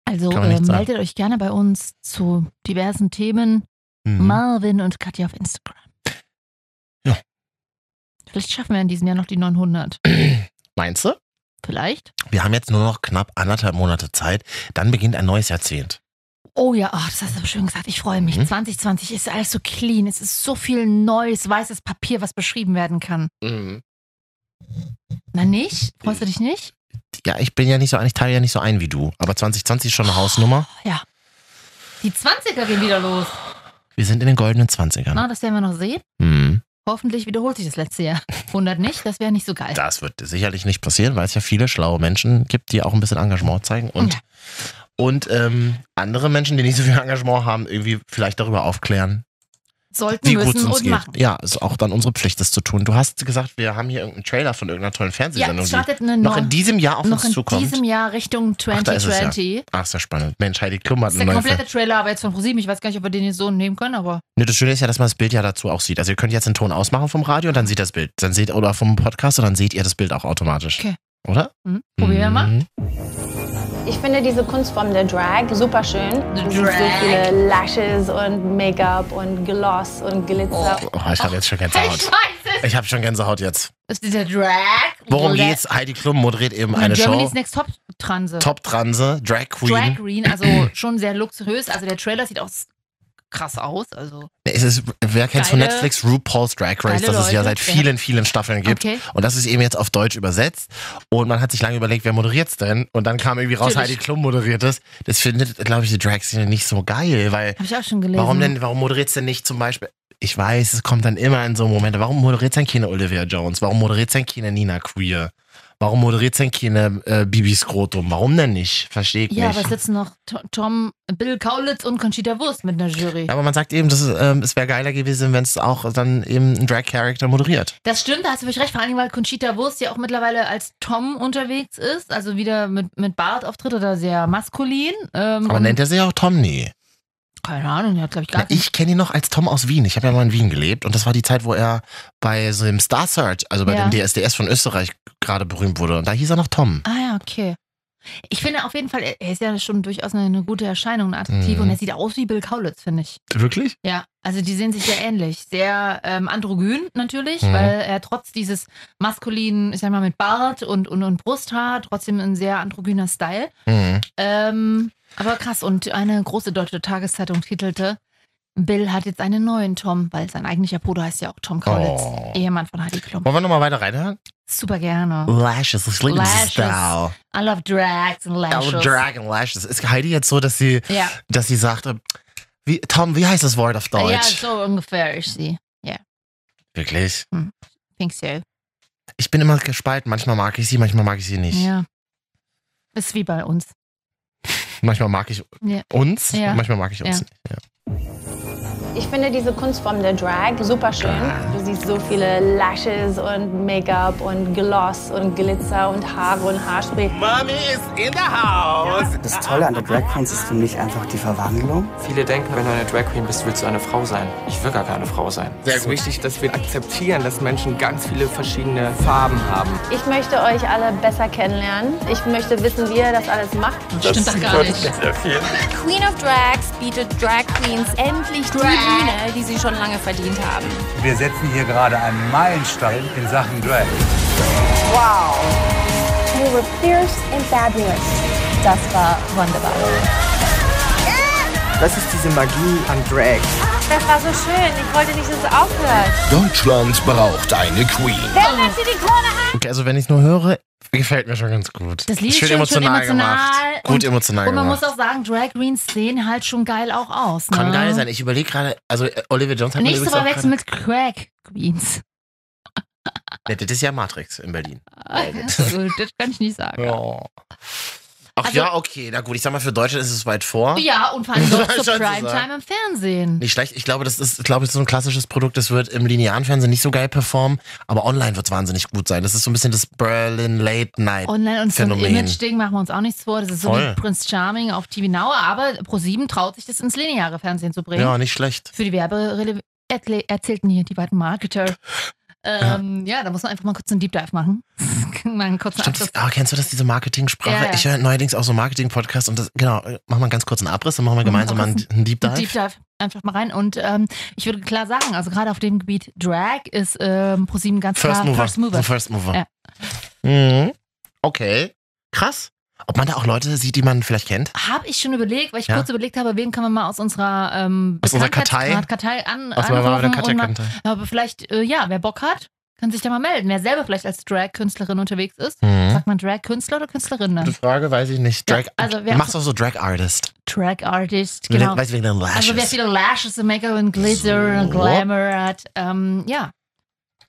Speaker 1: also
Speaker 2: Kann man
Speaker 1: äh,
Speaker 2: nicht sagen.
Speaker 1: meldet euch gerne bei uns zu diversen Themen.
Speaker 2: Mhm.
Speaker 1: Hm. Marvin und Katja auf Instagram.
Speaker 2: Ja.
Speaker 1: Vielleicht schaffen wir in diesem Jahr noch die 900.
Speaker 2: Meinst du?
Speaker 1: Vielleicht?
Speaker 2: Wir haben jetzt nur noch knapp anderthalb Monate Zeit. Dann beginnt ein neues Jahrzehnt.
Speaker 1: Oh ja, ach, das hast du schön gesagt. Ich freue mich.
Speaker 2: Mhm.
Speaker 1: 2020 ist alles so clean. Es ist so viel neues, weißes Papier, was beschrieben werden kann. Mhm. Na nicht? Freust du dich nicht?
Speaker 2: Ja, ich bin ja nicht so, ein- ich teile ja nicht so ein wie du. Aber 2020 ist schon eine Hausnummer.
Speaker 1: Die 20er gehen wieder los.
Speaker 2: Wir sind in den goldenen 20ern.
Speaker 1: Na, das werden wir noch sehen.
Speaker 2: Mhm.
Speaker 1: Hoffentlich wiederholt sich das letzte Jahr. Wundert nicht, das wäre nicht so geil.
Speaker 2: Das wird sicherlich nicht passieren, weil es ja viele schlaue Menschen gibt, die auch ein bisschen Engagement zeigen und,
Speaker 1: Ja.
Speaker 2: und ähm, andere Menschen, die nicht so viel Engagement haben, irgendwie vielleicht darüber aufklären,
Speaker 1: Sollten,
Speaker 2: wie gut es
Speaker 1: müssen
Speaker 2: uns
Speaker 1: und
Speaker 2: geht.
Speaker 1: machen.
Speaker 2: Ja, ist auch dann unsere Pflicht, das zu tun. Du hast gesagt, wir haben hier irgendeinen Trailer von irgendeiner tollen
Speaker 1: Ja,
Speaker 2: Fernsehsendung,
Speaker 1: es startet eine
Speaker 2: die noch
Speaker 1: neue-
Speaker 2: in diesem Jahr auf
Speaker 1: noch
Speaker 2: uns
Speaker 1: in
Speaker 2: zukommt.
Speaker 1: diesem Jahr Richtung
Speaker 2: Ach, da ist es ja.
Speaker 1: 2020.
Speaker 2: Ach, ist ja spannend. Mensch, Heidi Klum hat
Speaker 1: Das ist der
Speaker 2: eine neue
Speaker 1: komplette
Speaker 2: Fernseh.
Speaker 1: Trailer, aber jetzt von ProSieben. Ich weiß gar nicht, ob wir den jetzt so nehmen können, aber
Speaker 2: Ne, das Schöne ist ja, dass man das Bild ja dazu auch sieht. Also ihr könnt jetzt den Ton ausmachen vom Radio und dann seht ihr das Bild. Dann seht oder vom Podcast und dann seht ihr das Bild auch automatisch.
Speaker 1: Okay.
Speaker 2: Oder?
Speaker 1: hm, probieren wir mal.
Speaker 2: Mhm.
Speaker 6: Ich finde diese Kunstform der Drag super schön. Es sind So viele Lashes und Make-up und Gloss und Glitzer.
Speaker 2: Oh, ich habe jetzt schon
Speaker 1: Ich
Speaker 2: Gänsehaut.
Speaker 1: weiß es!
Speaker 2: Ich habe schon Gänsehaut jetzt.
Speaker 1: Ist dieser Drag?
Speaker 2: Worum
Speaker 1: Drag-
Speaker 2: geht's? Heidi Klum moderiert eben
Speaker 1: Oder
Speaker 2: eine
Speaker 1: Germany's
Speaker 2: Show.
Speaker 1: Next Top Transe.
Speaker 2: Top Transe, Drag Queen.
Speaker 1: Drag Green, also schon sehr luxuriös. Also der Trailer sieht auch s- krass aus. Also
Speaker 2: Es ist, wer kennt von
Speaker 1: Geile-
Speaker 2: Netflix RuPaul's Drag Race,
Speaker 1: geile
Speaker 2: das es ja
Speaker 1: Leute.
Speaker 2: seit vielen, vielen Staffeln gibt.
Speaker 1: okay.
Speaker 2: Und das ist eben jetzt auf Deutsch übersetzt. Und man hat sich lange überlegt, wer moderiert's denn? Und dann kam irgendwie raus,
Speaker 1: Natürlich.
Speaker 2: Heidi Klum moderiert es. Das findet, glaube ich, die Drag-Szene nicht so geil, weil
Speaker 1: Habe ich auch schon gelesen.
Speaker 2: Warum denn, warum moderiert's denn nicht zum Beispiel? Ich weiß, es kommt dann immer in so Momente. Warum moderiert's denn keine Olivia Jones? Warum moderiert's denn keine Nina Queer? Warum moderiert's denn keine äh, Bibi Skrotum? Warum denn nicht? Verstehe ich
Speaker 1: Ja, aber
Speaker 2: nicht.
Speaker 1: es sitzen noch To- Tom, Bill Kaulitz und Conchita Wurst mit einer Jury.
Speaker 2: Ja, aber man sagt eben, das ist, ähm, es wäre geiler gewesen, wenn es auch dann eben ein Drag-Character moderiert.
Speaker 1: Das stimmt, da hast du völlig recht. Vor allem, weil Conchita Wurst ja auch mittlerweile als Tom unterwegs ist. Also wieder mit, mit Bartauftritt oder sehr maskulin. Ähm,
Speaker 2: Aber
Speaker 1: und-
Speaker 2: nennt er sich auch Tom nie.
Speaker 1: Keine Ahnung, der hat, glaube ich, gar
Speaker 2: Na,
Speaker 1: nicht.
Speaker 2: ich kenne ihn noch als Tom aus Wien. Ich habe ja mal in Wien gelebt und das war die Zeit, wo er bei so dem Star Search, also bei
Speaker 1: Ja.
Speaker 2: dem DSDS von Österreich, gerade berühmt wurde. Und da hieß er noch Tom.
Speaker 1: Ah ja, okay. Ich finde auf jeden Fall, er er ist ja schon durchaus eine, eine gute Erscheinung, eine attraktive
Speaker 2: Mhm.
Speaker 1: und er sieht aus wie Bill Kaulitz, finde ich.
Speaker 2: Wirklich?
Speaker 1: Ja, also die sehen sich sehr ähnlich. Sehr ähm, androgyn natürlich,
Speaker 2: Mhm.
Speaker 1: weil er trotz dieses maskulinen, ich sag mal, mit Bart und, und, und Brusthaar, trotzdem ein sehr androgyner Style.
Speaker 2: Mhm.
Speaker 1: Ähm, aber krass, und eine große deutsche Tageszeitung titelte, Bill hat jetzt einen neuen Tom, weil sein eigentlicher Bruder heißt ja auch Tom Kaulitz,
Speaker 2: Oh.
Speaker 1: Ehemann von Heidi Klum.
Speaker 2: Wollen wir nochmal weiter reinhören?
Speaker 1: Super gerne.
Speaker 2: Lashes,
Speaker 1: Lashes.
Speaker 2: das Lieblingsstyle.
Speaker 1: I love drags and lashes.
Speaker 2: Lashes. Dragon Lashes. Ist Heidi jetzt so, dass sie,
Speaker 1: Ja.
Speaker 2: dass sie sagt, äh, wie, Tom, wie heißt das Wort auf Deutsch?
Speaker 1: Ja, so ungefähr ist sie.
Speaker 2: Wirklich?
Speaker 1: Think so.
Speaker 2: Ich bin immer gespalten. Manchmal mag ich sie, manchmal mag ich sie nicht.
Speaker 1: Ja. Ist wie bei uns.
Speaker 2: Manchmal mag ich
Speaker 1: Ja.
Speaker 2: uns,
Speaker 1: Ja.
Speaker 2: und manchmal mag ich uns
Speaker 1: Ja.
Speaker 2: nicht. Ja.
Speaker 6: Ich finde diese Kunstform der Drag super schön. Du siehst so viele Lashes und Make-up und Gloss und Glitzer und Haare und Haarspray.
Speaker 2: Mami ist in der Haus.
Speaker 8: Das Tolle an der Drag Queens ist für mich einfach die Verwandlung.
Speaker 9: Viele denken, wenn du eine Drag Queen bist, willst du eine Frau sein. Ich will gar keine Frau sein.
Speaker 2: Sehr
Speaker 9: es ist
Speaker 2: gut.
Speaker 9: wichtig, dass wir akzeptieren, dass Menschen ganz viele verschiedene Farben haben.
Speaker 6: Ich möchte euch alle besser kennenlernen. Ich möchte wissen, wie ihr das alles macht.
Speaker 1: Stimmt doch gar nicht.
Speaker 10: Queen of Drags bietet Drag Queens endlich die Bühne, die sie schon lange verdient haben.
Speaker 11: Wir setzen hier gerade einen Meilenstein in Sachen Drag.
Speaker 10: We were fierce and fabulous. Das war wunderbar.
Speaker 9: Das ist diese Magie an Drag.
Speaker 10: Das war so schön. Ich wollte nicht, dass es aufhört.
Speaker 12: Deutschland braucht eine Queen.
Speaker 10: Wer hat sie die Krone an?
Speaker 2: Okay, also wenn ich es nur höre, gefällt mir schon ganz gut.
Speaker 1: Das Lied
Speaker 2: Schön
Speaker 1: ist schön,
Speaker 2: emotional,
Speaker 1: schön emotional
Speaker 2: gemacht. Gut
Speaker 1: und-
Speaker 2: emotional
Speaker 1: Und man
Speaker 2: gemacht.
Speaker 1: muss auch sagen, Drag Greens sehen halt schon geil auch aus. Ne?
Speaker 2: Kann geil sein. Ich überlege gerade, also äh, Olivia Jones hat mir
Speaker 1: Nicht zu
Speaker 2: übrigens auch
Speaker 1: verwechseln
Speaker 2: gerade,
Speaker 1: mit Crack Queens.
Speaker 2: Nee, Das ist ja Matrix in Berlin.
Speaker 1: Also, das kann ich nicht sagen.
Speaker 2: Ja. Ach ja, okay, na gut, ich sag mal, für Deutschland ist es weit vor.
Speaker 1: Ja, und vor allem dort
Speaker 2: Schon
Speaker 1: zur
Speaker 2: zu
Speaker 1: Primetime
Speaker 2: sagen.
Speaker 1: im Fernsehen.
Speaker 2: Nicht schlecht. Ich glaube, das ist, glaube ich, so ein klassisches Produkt. Das wird im linearen Fernsehen nicht so geil performen, aber online wird es wahnsinnig gut sein. Das ist so ein bisschen das Berlin Late Night
Speaker 1: Online und so ein
Speaker 2: Phänomen.
Speaker 1: Image-Ding machen wir uns auch nichts vor. Das ist so
Speaker 2: Voll.
Speaker 1: wie Prinz Charming auf TV Now, aber ProSieben traut sich das ins lineare Fernsehen zu bringen.
Speaker 2: ja, nicht schlecht.
Speaker 1: Für die Werberille Ertle- erzählten hier die beiden Marketer. Ähm, ja. da muss man einfach mal kurz einen Deep Dive machen. mal einen kurzen
Speaker 2: Stimmt,
Speaker 1: Abschluss.
Speaker 2: das, ah, kennst du das, diese Marketing-Sprache?
Speaker 1: Ja, ja.
Speaker 2: Ich höre neuerdings auch so Marketing-Podcasts und das, genau, äh, machen wir ganz kurz einen Abriss, dann machen wir gemeinsam mal einen, einen Deep Dive.
Speaker 1: Mhm. Deep Dive einfach mal rein. Und ähm, ich würde klar sagen, also gerade auf dem Gebiet Drag ist ähm, ProSieben ganz
Speaker 2: First
Speaker 1: klar
Speaker 2: Mover.
Speaker 1: First Mover.
Speaker 2: So First Mover.
Speaker 1: Ja.
Speaker 2: Mhm. Okay, krass. Ob man da auch Leute sieht, die man vielleicht kennt?
Speaker 1: Habe ich schon überlegt, weil ich
Speaker 2: Ja.
Speaker 1: kurz überlegt habe, wen kann man mal aus unserer, ähm,
Speaker 2: Aus unserer Kartei?
Speaker 1: Bekanntheitsgrad- Kartei an,
Speaker 2: Aus meiner
Speaker 1: anrufen.
Speaker 2: Kartei-
Speaker 1: und mal,
Speaker 2: Kartei.
Speaker 1: aber vielleicht, äh, ja, wer Bock hat, kann sich da mal melden. Wer selber vielleicht als Drag-Künstlerin unterwegs ist,
Speaker 2: Mhm.
Speaker 1: sagt man Drag-Künstler oder Künstlerin
Speaker 2: Gute
Speaker 1: dann?
Speaker 2: Frage, weiß ich nicht. Drag,
Speaker 1: also
Speaker 2: du
Speaker 1: wer-
Speaker 2: machst auch so Drag-Artist.
Speaker 1: Drag-Artist,
Speaker 2: Wegen-
Speaker 1: genau.
Speaker 2: Weißt du, wegen den Lashes.
Speaker 1: Also wer viele Lashes und Make-up und Glitter und
Speaker 2: So.
Speaker 1: Glamour hat, ähm, ja.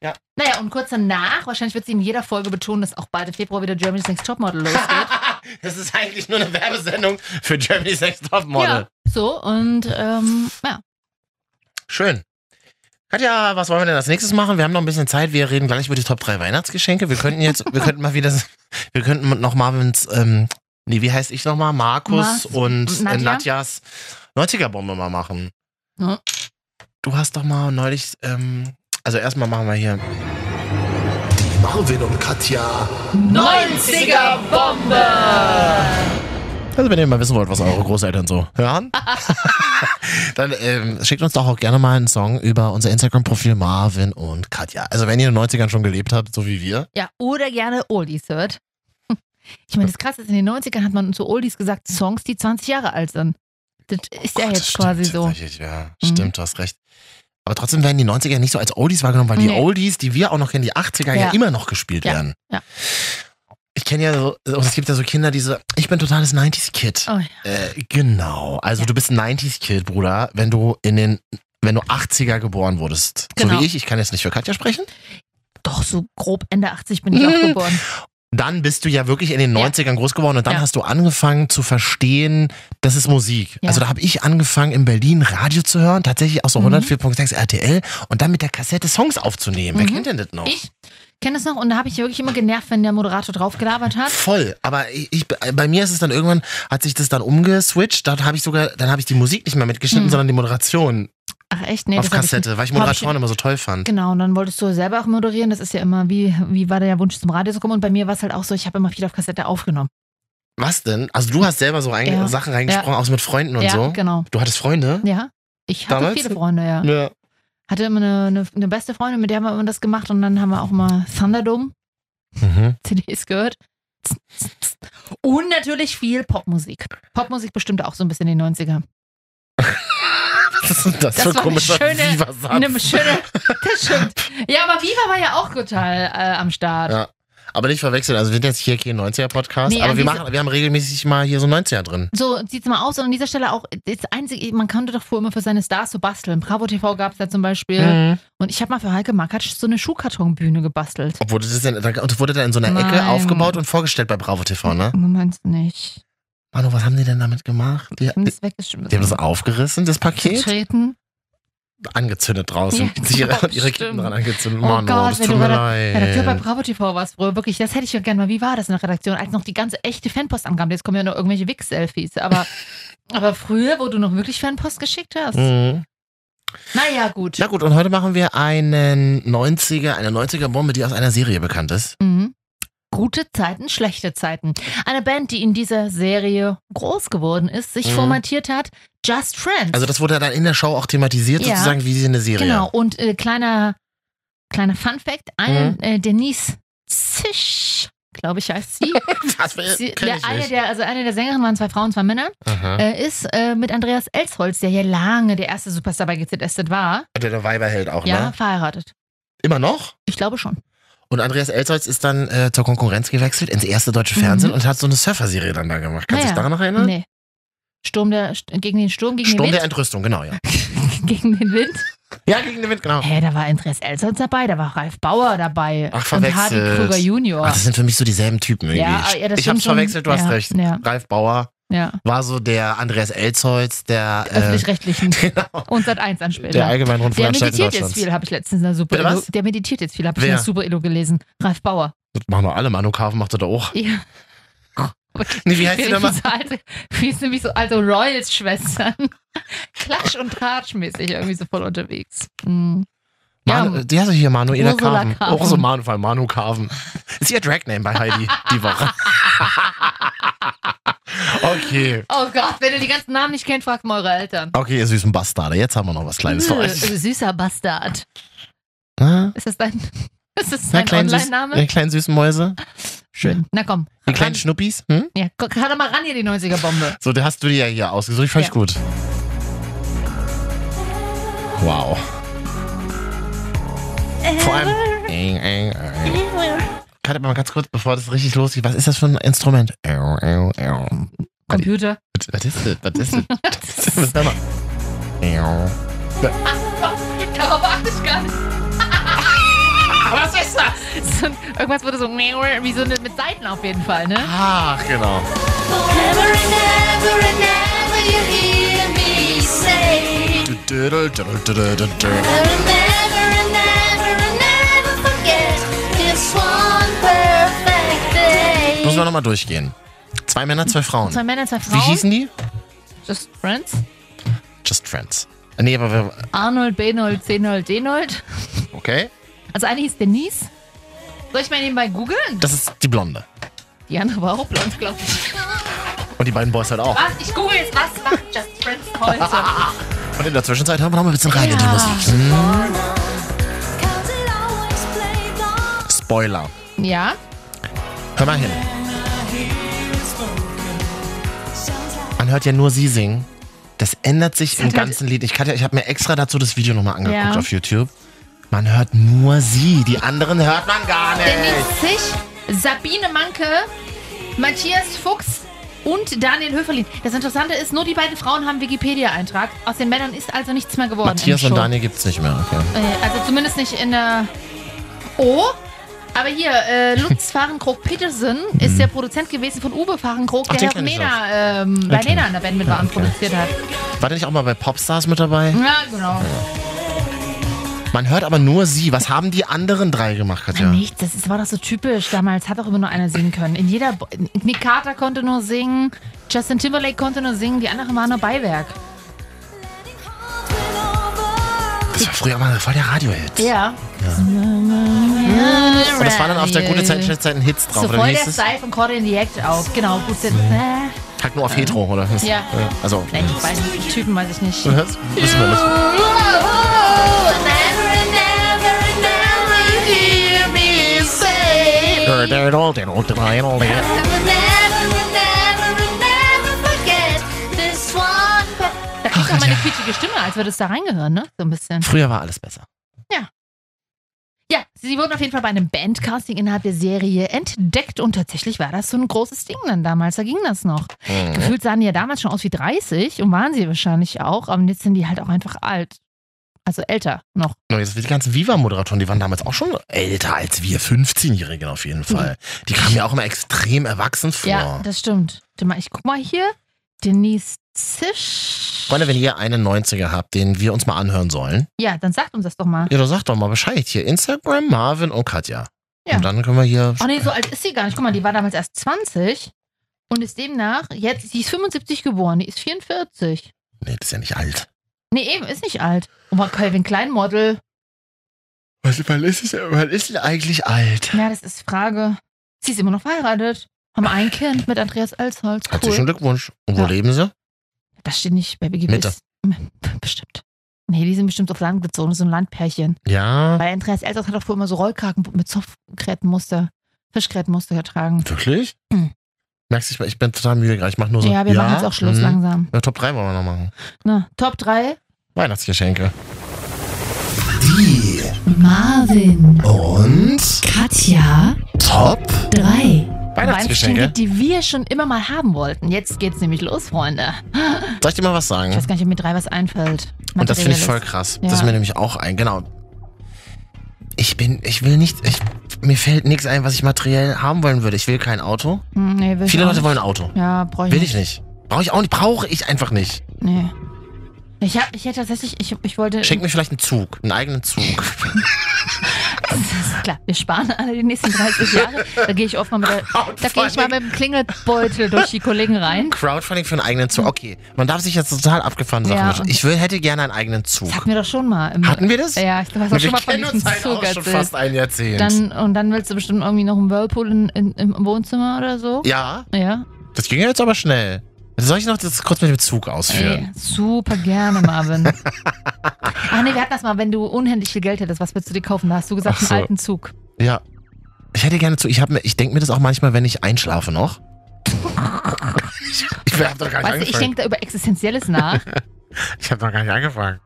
Speaker 2: Ja.
Speaker 1: Naja, und kurz danach, wahrscheinlich wird sie in jeder Folge betonen, dass auch bald im Februar wieder Germany's Next Topmodel losgeht.
Speaker 2: das ist eigentlich nur eine Werbesendung für Germany's Next Top Model.
Speaker 1: ja, so und ähm, ja.
Speaker 2: Schön. Katja, was wollen wir denn als nächstes machen? Wir haben noch ein bisschen Zeit. Wir reden gleich über die Top 3 Weihnachtsgeschenke. Wir könnten jetzt, wir könnten mal wieder, wir könnten noch Marvins, ähm, nee, wie heißt ich nochmal? Markus
Speaker 1: Markus
Speaker 2: und
Speaker 1: und
Speaker 2: äh,
Speaker 1: Nadja?
Speaker 2: Nadjas 90er-Bombe mal machen.
Speaker 1: Ja.
Speaker 2: Du hast doch mal neulich, ähm, also erstmal machen wir hier.
Speaker 12: Marvin und Katja.
Speaker 1: 90er Bombe!
Speaker 2: Also wenn ihr mal wissen wollt, was eure Großeltern so hören, dann ähm, schickt uns doch auch gerne mal einen Song über unser Instagram-Profil Marvin und Katja. Also wenn ihr in den 90ern schon gelebt habt, so wie wir.
Speaker 1: Ja, oder gerne Oldies hört. Hm. Ich meine, das krasse ist, in den 90ern hat man zu Oldies gesagt, Songs, die 20 Jahre alt sind. Das
Speaker 2: Oh
Speaker 1: ist ja jetzt quasi so. Mhm.
Speaker 2: Tatsächlich, ja. Stimmt, du hast recht. Aber trotzdem werden die 90er nicht so als Oldies wahrgenommen, weil die
Speaker 1: Nee.
Speaker 2: Oldies, die wir auch noch kennen, die 80er ja,
Speaker 1: Ja.
Speaker 2: immer noch gespielt
Speaker 1: Ja,
Speaker 2: werden.
Speaker 1: ja.
Speaker 2: Ich kenne ja so, so- es gibt ja so Kinder, die so, ich bin totales 90s-Kid.
Speaker 1: Oh, ja.
Speaker 2: Äh, genau. Also du bist ein 90s-Kid, Bruder, wenn du in den, wenn du 80er geboren wurdest. So
Speaker 1: Genau.
Speaker 2: wie ich, ich kann jetzt nicht für Katja sprechen.
Speaker 1: Doch, so grob Ende 80 bin ich auch
Speaker 2: Mhm.
Speaker 1: geboren.
Speaker 2: Dann bist du ja wirklich in den
Speaker 1: Ja.
Speaker 2: 90ern groß geworden und dann
Speaker 1: Ja.
Speaker 2: hast du angefangen zu verstehen, das ist Musik.
Speaker 1: Ja.
Speaker 2: Also da habe ich angefangen in Berlin Radio zu hören, tatsächlich auch so
Speaker 1: Mhm.
Speaker 2: 104.6 RTL und dann mit der Kassette Songs aufzunehmen. Wer
Speaker 1: Mhm.
Speaker 2: kennt denn das noch?
Speaker 1: Ich kenne das noch und da habe ich wirklich immer genervt, wenn der Moderator draufgelabert hat.
Speaker 2: Voll, aber ich, ich, bei mir ist es dann irgendwann, hat sich das dann umgeswitcht, dann habe ich sogar, dann habe ich die Musik nicht mehr mitgeschnitten,
Speaker 1: Mhm.
Speaker 2: sondern die Moderation
Speaker 1: Ach echt, nee,
Speaker 2: auf
Speaker 1: das hab ich
Speaker 2: Kassette, weil ich
Speaker 1: hab
Speaker 2: Moderatoren immer so toll fand.
Speaker 1: Genau, und dann wolltest du selber auch moderieren. Das ist ja immer, wie, wie war der Wunsch zum Radio zu kommen? Und bei mir war es halt auch so, ich habe immer viel auf Kassette aufgenommen.
Speaker 2: Was denn? Also du hast selber so reinge-
Speaker 1: Ja.
Speaker 2: Sachen reingesprochen, auch so mit Freunden und
Speaker 1: ja,
Speaker 2: so.
Speaker 1: genau.
Speaker 2: Du hattest Freunde?
Speaker 1: Ja, ich hatte
Speaker 2: Damals?
Speaker 1: viele Freunde, ja.
Speaker 2: Ja.
Speaker 1: Hatte immer eine, eine, eine beste Freundin, mit der haben wir immer das gemacht. Und dann haben wir auch mal Thunderdome,
Speaker 2: Mhm.
Speaker 1: CDs gehört. Und natürlich viel Popmusik. Popmusik bestimmt auch so ein bisschen in den 90ern.
Speaker 2: Was ist denn das,
Speaker 1: Das
Speaker 2: für ein
Speaker 1: war eine
Speaker 2: komischer
Speaker 1: schöne-
Speaker 2: Viva-Satz?
Speaker 1: Eine schöne, das stimmt. Ja, aber Viva war ja auch total äh, am Start.
Speaker 2: Ja. Aber nicht verwechseln, also wir sind jetzt hier kein 90er-Podcast,
Speaker 1: Nee,
Speaker 2: aber
Speaker 1: an
Speaker 2: wir,
Speaker 1: diese-
Speaker 2: machen, wir haben regelmäßig mal hier so 90er drin.
Speaker 1: So sieht's mal aus. Und an dieser Stelle auch, das Einzige, man konnte doch früher immer für seine Stars so basteln. Bravo TV gab's da zum Beispiel.
Speaker 2: Mhm.
Speaker 1: Und ich habe mal für Heike Makatsch so eine Schuhkartonbühne gebastelt.
Speaker 2: Obwohl das ist ja, das wurde da in so einer Ecke
Speaker 1: Nein.
Speaker 2: aufgebaut und vorgestellt bei Bravo TV, ne?
Speaker 1: Du meinst nicht.
Speaker 2: Manu, was haben die denn damit gemacht? Die,
Speaker 1: Und
Speaker 2: die,
Speaker 1: ist weggeschmissen.
Speaker 2: die haben das aufgerissen, das Paket,
Speaker 1: getreten.
Speaker 2: angezündet draußen.
Speaker 1: Ja,
Speaker 2: Sie ihre,
Speaker 1: stimmt.
Speaker 2: ihre Kinder dran angezündet.
Speaker 1: Oh
Speaker 2: Manu,
Speaker 1: Gott,
Speaker 2: das
Speaker 1: wenn
Speaker 2: tut
Speaker 1: du
Speaker 2: mir
Speaker 1: bei der Redakteur bei
Speaker 2: leid.
Speaker 1: Bravo TV warst früher, wirklich, das hätte ich ja gerne mal. Wie war das in der Redaktion, als noch die ganze echte Fanpost ankam? Jetzt kommen ja nur irgendwelche Wix-Selfies. Aber, aber früher, wo du noch wirklich Fanpost geschickt hast.
Speaker 2: Mhm.
Speaker 1: Naja, gut.
Speaker 2: Na gut, und heute machen wir einen 90er, eine 90er-Bombe, die aus einer Serie bekannt ist.
Speaker 1: Mhm. Gute Zeiten, schlechte Zeiten. Eine Band, die in dieser Serie groß geworden ist, sich
Speaker 2: Mhm.
Speaker 1: formatiert hat, Just Friends.
Speaker 2: Also das wurde ja dann in der Show auch thematisiert,
Speaker 1: Ja.
Speaker 2: sozusagen wie sie eine Serie.
Speaker 1: genau. Und äh, kleiner, kleiner Fun Fact:
Speaker 2: Mhm.
Speaker 1: eine, äh, Denise Zisch, glaube ich, heißt sie.
Speaker 2: Was für
Speaker 1: sie
Speaker 2: kenn ich
Speaker 1: der, eine
Speaker 2: nicht.
Speaker 1: der, also eine der Sängerinnen waren zwei Frauen, zwei Männer,
Speaker 2: Aha.
Speaker 1: äh, ist äh, mit Andreas Elsholz, der ja lange der erste Superstar bei GZSZ war,
Speaker 2: Der, Äh, der Weiberheld auch,
Speaker 1: ja,
Speaker 2: ne?
Speaker 1: verheiratet.
Speaker 2: Immer noch?
Speaker 1: Ich glaube schon.
Speaker 2: Und Andreas Elsholz ist dann äh, zur Konkurrenz gewechselt ins erste deutsche Fernsehen
Speaker 1: Mhm.
Speaker 2: und hat so eine Surfer-Serie dann da gemacht. Kannst
Speaker 1: Naja.
Speaker 2: du dich daran noch erinnern?
Speaker 1: Nee. Sturm der, St- äh, gegen den Sturm, gegen
Speaker 2: Sturm
Speaker 1: den Wind.
Speaker 2: der Entrüstung, genau, ja.
Speaker 1: gegen den Wind?
Speaker 2: Ja, gegen den Wind, genau.
Speaker 1: Hä, da war Andreas Elsons dabei, da war Ralf Bauer dabei.
Speaker 2: Ach,
Speaker 1: und
Speaker 2: verwechselt.
Speaker 1: Hardy Krüger Junior.
Speaker 2: Ach, das sind für mich so dieselben Typen irgendwie.
Speaker 1: Ja,
Speaker 2: ich
Speaker 1: ja, das
Speaker 2: ich hab's
Speaker 1: stimmt schon.
Speaker 2: verwechselt, du hast
Speaker 1: Ja,
Speaker 2: recht.
Speaker 1: ja.
Speaker 2: Ralf Bauer
Speaker 1: ja.
Speaker 2: war so der Andreas Elzholz, der, äh,
Speaker 1: Öffentlich-rechtlichen. Und seit 1 anspäter.
Speaker 2: der allgemeinen
Speaker 1: Genau. Der
Speaker 2: Rundfunkanstalt
Speaker 1: meditiert jetzt
Speaker 2: Deutschlands.
Speaker 1: viel, habe ich letztens in der Super
Speaker 2: Bitte
Speaker 1: Illo,
Speaker 2: was?
Speaker 1: Der meditiert jetzt viel, habe ich in
Speaker 2: Wer?
Speaker 1: der Super Illo gelesen. Ralf Bauer.
Speaker 2: Das machen wir alle. Manu Carven macht das doch auch.
Speaker 1: Ja.
Speaker 2: Nee, wie heißt die
Speaker 1: Wie
Speaker 2: nochmal?
Speaker 1: so alte, wie ist nämlich so alte Royals-Schwestern. Klatsch- und Tratschmäßig irgendwie so voll unterwegs. Hm. Ja,
Speaker 2: Manu, die heißt doch hier Manuela
Speaker 1: Ursula
Speaker 2: Carven.
Speaker 1: Carven.
Speaker 2: Auch so Manu, vor allem Manu Carven. Ist ihr Dragname bei Heidi die Woche. okay.
Speaker 1: Oh Gott, wenn ihr die ganzen Namen nicht kennt, fragt mal eure Eltern.
Speaker 2: Okay, ihr süßen Bastarde. Jetzt haben wir noch was Kleines für
Speaker 1: Äh,
Speaker 2: euch.
Speaker 1: Süßer Bastard.
Speaker 2: Na,
Speaker 1: Ist das dein, ist das
Speaker 2: na,
Speaker 1: dein
Speaker 2: kleinen, süß,
Speaker 1: Online-Name? Hm,
Speaker 2: na, kleinen süßen Mäuse. Schön.
Speaker 1: Na komm.
Speaker 2: Die kleinen Schnuppis. Hm?
Speaker 1: Ja, guck, hör doch mal ran hier, die 90er-Bombe.
Speaker 2: So, da hast du die ja hier ausgesucht. Fand ich
Speaker 1: Ja.
Speaker 2: gut. Wow. Vor allem. Eng, eng, eng. Kann ich mal ganz kurz, bevor das richtig losgeht, was ist das für ein Instrument? Au, au, au.
Speaker 1: Computer.
Speaker 2: Was was ist das? Was ist das? Was ist das? Au.
Speaker 1: Darauf achte ich gar nicht. Was ist das? So, ein- irgendwas wurde so wie so eine mit Seiten auf jeden Fall, ne?
Speaker 2: Ach, genau. Du, du, du, du, du, du, du, du. Müssen wir nochmal durchgehen. Zwei Männer, zwei Frauen.
Speaker 1: Zwei Männer, zwei Frauen.
Speaker 2: Wie hießen die?
Speaker 1: Just Friends.
Speaker 2: Just Friends. Äh, Nee, aber wir,
Speaker 1: Arnold, Benold, Zenold, Denold.
Speaker 2: okay.
Speaker 1: Also eine hieß Denise. Soll ich mal nebenbei googeln?
Speaker 2: Das ist die Blonde.
Speaker 1: Die andere war auch blond, glaube ich.
Speaker 2: Und die beiden Boys halt auch.
Speaker 1: Was? Ich google jetzt, was macht Just Friends heute?
Speaker 2: Und in der Zwischenzeit hören wir noch mal ein bisschen rein in die
Speaker 1: Ja.
Speaker 2: Musik. Hm. Spoiler.
Speaker 1: ja?
Speaker 2: Hör mal hin. Man hört ja nur sie singen. Das ändert sich im
Speaker 1: hat halt-
Speaker 2: ganzen Lied. Ich, kann ja- ich habe mir extra dazu das Video nochmal angeguckt
Speaker 1: Ja.
Speaker 2: auf YouTube. Man hört nur sie. Die anderen hört man gar nicht.
Speaker 1: Denise Sich, Sabine Manke, Matthias Fuchs und Daniel Höferlin. Das Interessante ist, nur die beiden Frauen haben Wikipedia-Eintrag. Aus den Männern ist also nichts mehr geworden.
Speaker 2: Matthias
Speaker 1: im
Speaker 2: und
Speaker 1: Show.
Speaker 2: Daniel gibt's nicht mehr. Okay.
Speaker 1: Äh, also zumindest nicht in der O. Aber hier, äh, Lutz Fahrenkrog Petersen ist der Produzent gewesen von Uwe Fahrenkrog,
Speaker 2: Mhm. Ach,
Speaker 1: der
Speaker 2: den
Speaker 1: auf
Speaker 2: kenn ich
Speaker 1: Nena, ähm, bei
Speaker 2: Okay.
Speaker 1: Nena in der Band mit war und
Speaker 2: okay.
Speaker 1: produziert hat.
Speaker 2: War der nicht auch mal bei Popstars mit dabei?
Speaker 1: Ja, genau.
Speaker 2: Man hört aber nur sie. Was haben die anderen drei gemacht,
Speaker 1: Ja.
Speaker 2: Katja?
Speaker 1: Nichts, das ist, war doch so typisch damals. Hat doch immer nur einer singen können. In jeder. Bo- Nick Carter konnte nur singen, Justin Timberlake konnte nur singen, die anderen waren nur Beiwerk.
Speaker 2: Das war früher mal voll der Radiohit.
Speaker 1: Ja.
Speaker 2: Und das war dann auf der gute Zeit, schlechte Zeit ein Hits drauf.
Speaker 1: So
Speaker 2: oder
Speaker 1: voll
Speaker 2: wie
Speaker 1: der
Speaker 2: hieß es? Mhm.
Speaker 1: Style von Cordy in the Act auch. Genau, gut sind. Äh,
Speaker 2: Hack nur auf Hetero, oder? was?
Speaker 1: Ja.
Speaker 2: Also.
Speaker 1: nein, ich weiß nicht, die Typen weiß ich nicht.
Speaker 2: Was? Wissen wir nicht.
Speaker 1: Da kriegt man meine quietschige Stimme, als würde es da reingehören, ne? So ein bisschen.
Speaker 2: Früher war alles besser.
Speaker 1: Ja, sie wurden auf jeden Fall bei einem Bandcasting innerhalb der Serie entdeckt und tatsächlich war das so ein großes Ding dann damals, da ging das noch. Gefühlt sahen die ja damals schon aus wie 30 und waren sie wahrscheinlich auch, aber jetzt sind die halt auch einfach alt. Also älter noch.
Speaker 2: Na, Jetzt die ganzen Viva-Moderatoren, die waren damals auch schon älter als wir, 15-Jährigen auf jeden Fall. Die kamen ja auch immer extrem erwachsen vor.
Speaker 1: Ja, das stimmt. Warte mal, Ich guck mal hier. Denise Zisch.
Speaker 2: Freunde, wenn ihr einen 90er habt, den wir uns mal anhören sollen,
Speaker 1: Ja, dann sagt uns das doch mal.
Speaker 2: ja, dann sagt doch mal Bescheid hier. Instagram, Marvin und Katja.
Speaker 1: Ja.
Speaker 2: Und dann können wir hier.
Speaker 1: Oh nee, so alt ist sie gar nicht. Guck mal, die war damals erst 20 und ist demnach, jetzt, sie ist 75 geboren, die ist 44.
Speaker 2: Nee, das ist ja nicht alt.
Speaker 1: Nee, eben, ist nicht alt. Oh, Und war Calvin Klein Model.
Speaker 2: Was, wann ist es, wann ist denn eigentlich alt?
Speaker 1: Ja, das ist Frage. Sie ist immer noch verheiratet. Haben ein Kind mit Andreas Elsholz.
Speaker 2: Herzlichen
Speaker 1: Cool.
Speaker 2: Glückwunsch. Und wo
Speaker 1: Ja.
Speaker 2: leben sie?
Speaker 1: Das steht nicht bei Wikipedia. Bestimmt. Nee, die sind bestimmt auf Land gezogen, so ein Landpärchen.
Speaker 2: Ja.
Speaker 1: Weil Andreas Elsholz hat auch früher immer so Rollkragen mit Zopfkrätenmuster, Fischkrätenmuster getragen.
Speaker 2: Wirklich?
Speaker 1: Hm.
Speaker 2: Merkst du, ich- ich bin total müde gleich. Ich mach nur so.
Speaker 1: ja, wir machen jetzt auch Schluss
Speaker 2: hm.
Speaker 1: langsam.
Speaker 2: Ja, Top 3 wollen wir noch machen.
Speaker 1: Na, Top 3.
Speaker 2: Weihnachtsgeschenke.
Speaker 12: Die
Speaker 1: Marvin,
Speaker 2: Und
Speaker 1: Katja,
Speaker 2: Top
Speaker 1: 3.
Speaker 2: Weihnachtsgeschenke.
Speaker 1: die wir schon immer mal haben wollten. Jetzt geht's nämlich los, Freunde.
Speaker 2: Soll ich dir mal was
Speaker 1: Ich
Speaker 2: sagen?
Speaker 1: weiß gar nicht, ob mir drei was einfällt.
Speaker 2: Und das finde ich voll krass. Das ist mir nämlich auch ein, genau. Ich bin, ich will nicht, ich, mir fällt nichts ein, was ich materiell haben wollen würde. Ich will kein Auto.
Speaker 1: Hm, nee, will ich
Speaker 2: Viele
Speaker 1: auch
Speaker 2: Leute
Speaker 1: nicht.
Speaker 2: wollen ein Auto.
Speaker 1: Ja, brauche ich
Speaker 2: will ich nicht. Brauche ich auch nicht, brauche ich einfach nicht.
Speaker 1: Nee. Ich, hab, ich hätte tatsächlich, ich, ich wollte.
Speaker 2: Schenk mir vielleicht einen Zug, einen eigenen Zug.
Speaker 1: Klar, wir sparen alle die nächsten 30 Jahre. Da gehe ich oft mal mit der, da gehe ich mal mit dem Klingelbeutel durch die Kollegen rein.
Speaker 2: Crowdfunding für einen eigenen Zug. Okay, man darf sich jetzt total abgefahren Sachen
Speaker 1: Ja,
Speaker 2: machen.
Speaker 1: und-
Speaker 2: Ich will, hätte gerne einen eigenen Zug.
Speaker 1: Hatten wir doch schon mal. Im,
Speaker 2: Hatten wir das?
Speaker 1: Hm. Ja, ich glaube, das war
Speaker 2: Wir
Speaker 1: schon mal von
Speaker 2: kennen
Speaker 1: diesem
Speaker 2: uns halt
Speaker 1: Zug
Speaker 2: auch schon
Speaker 1: erzählt.
Speaker 2: fast ein Jahrzehnt.
Speaker 1: Dann, und dann willst du bestimmt irgendwie noch einen Whirlpool in, in, im Wohnzimmer oder so.
Speaker 2: ja,
Speaker 1: Ja.
Speaker 2: das ging ja jetzt aber schnell. Also Soll ich noch das kurz mit dem Zug ausführen?
Speaker 1: Ey, super gerne, Marvin. Ach nee, wir hatten das mal, wenn du unendlich viel Geld hättest, was würdest du dir kaufen? Da hast du gesagt,
Speaker 2: Ach so.
Speaker 1: einen alten Zug.
Speaker 2: Ja. Ich hätte gerne zu. Ich, hab mir- ich denke mir das auch manchmal, wenn ich einschlafe noch. ich ich habe doch gar
Speaker 1: Weißt
Speaker 2: nicht
Speaker 1: du, ich
Speaker 2: angefangen.
Speaker 1: denke da über Existenzielles nach.
Speaker 2: Ich, habe doch gar nicht angefangen.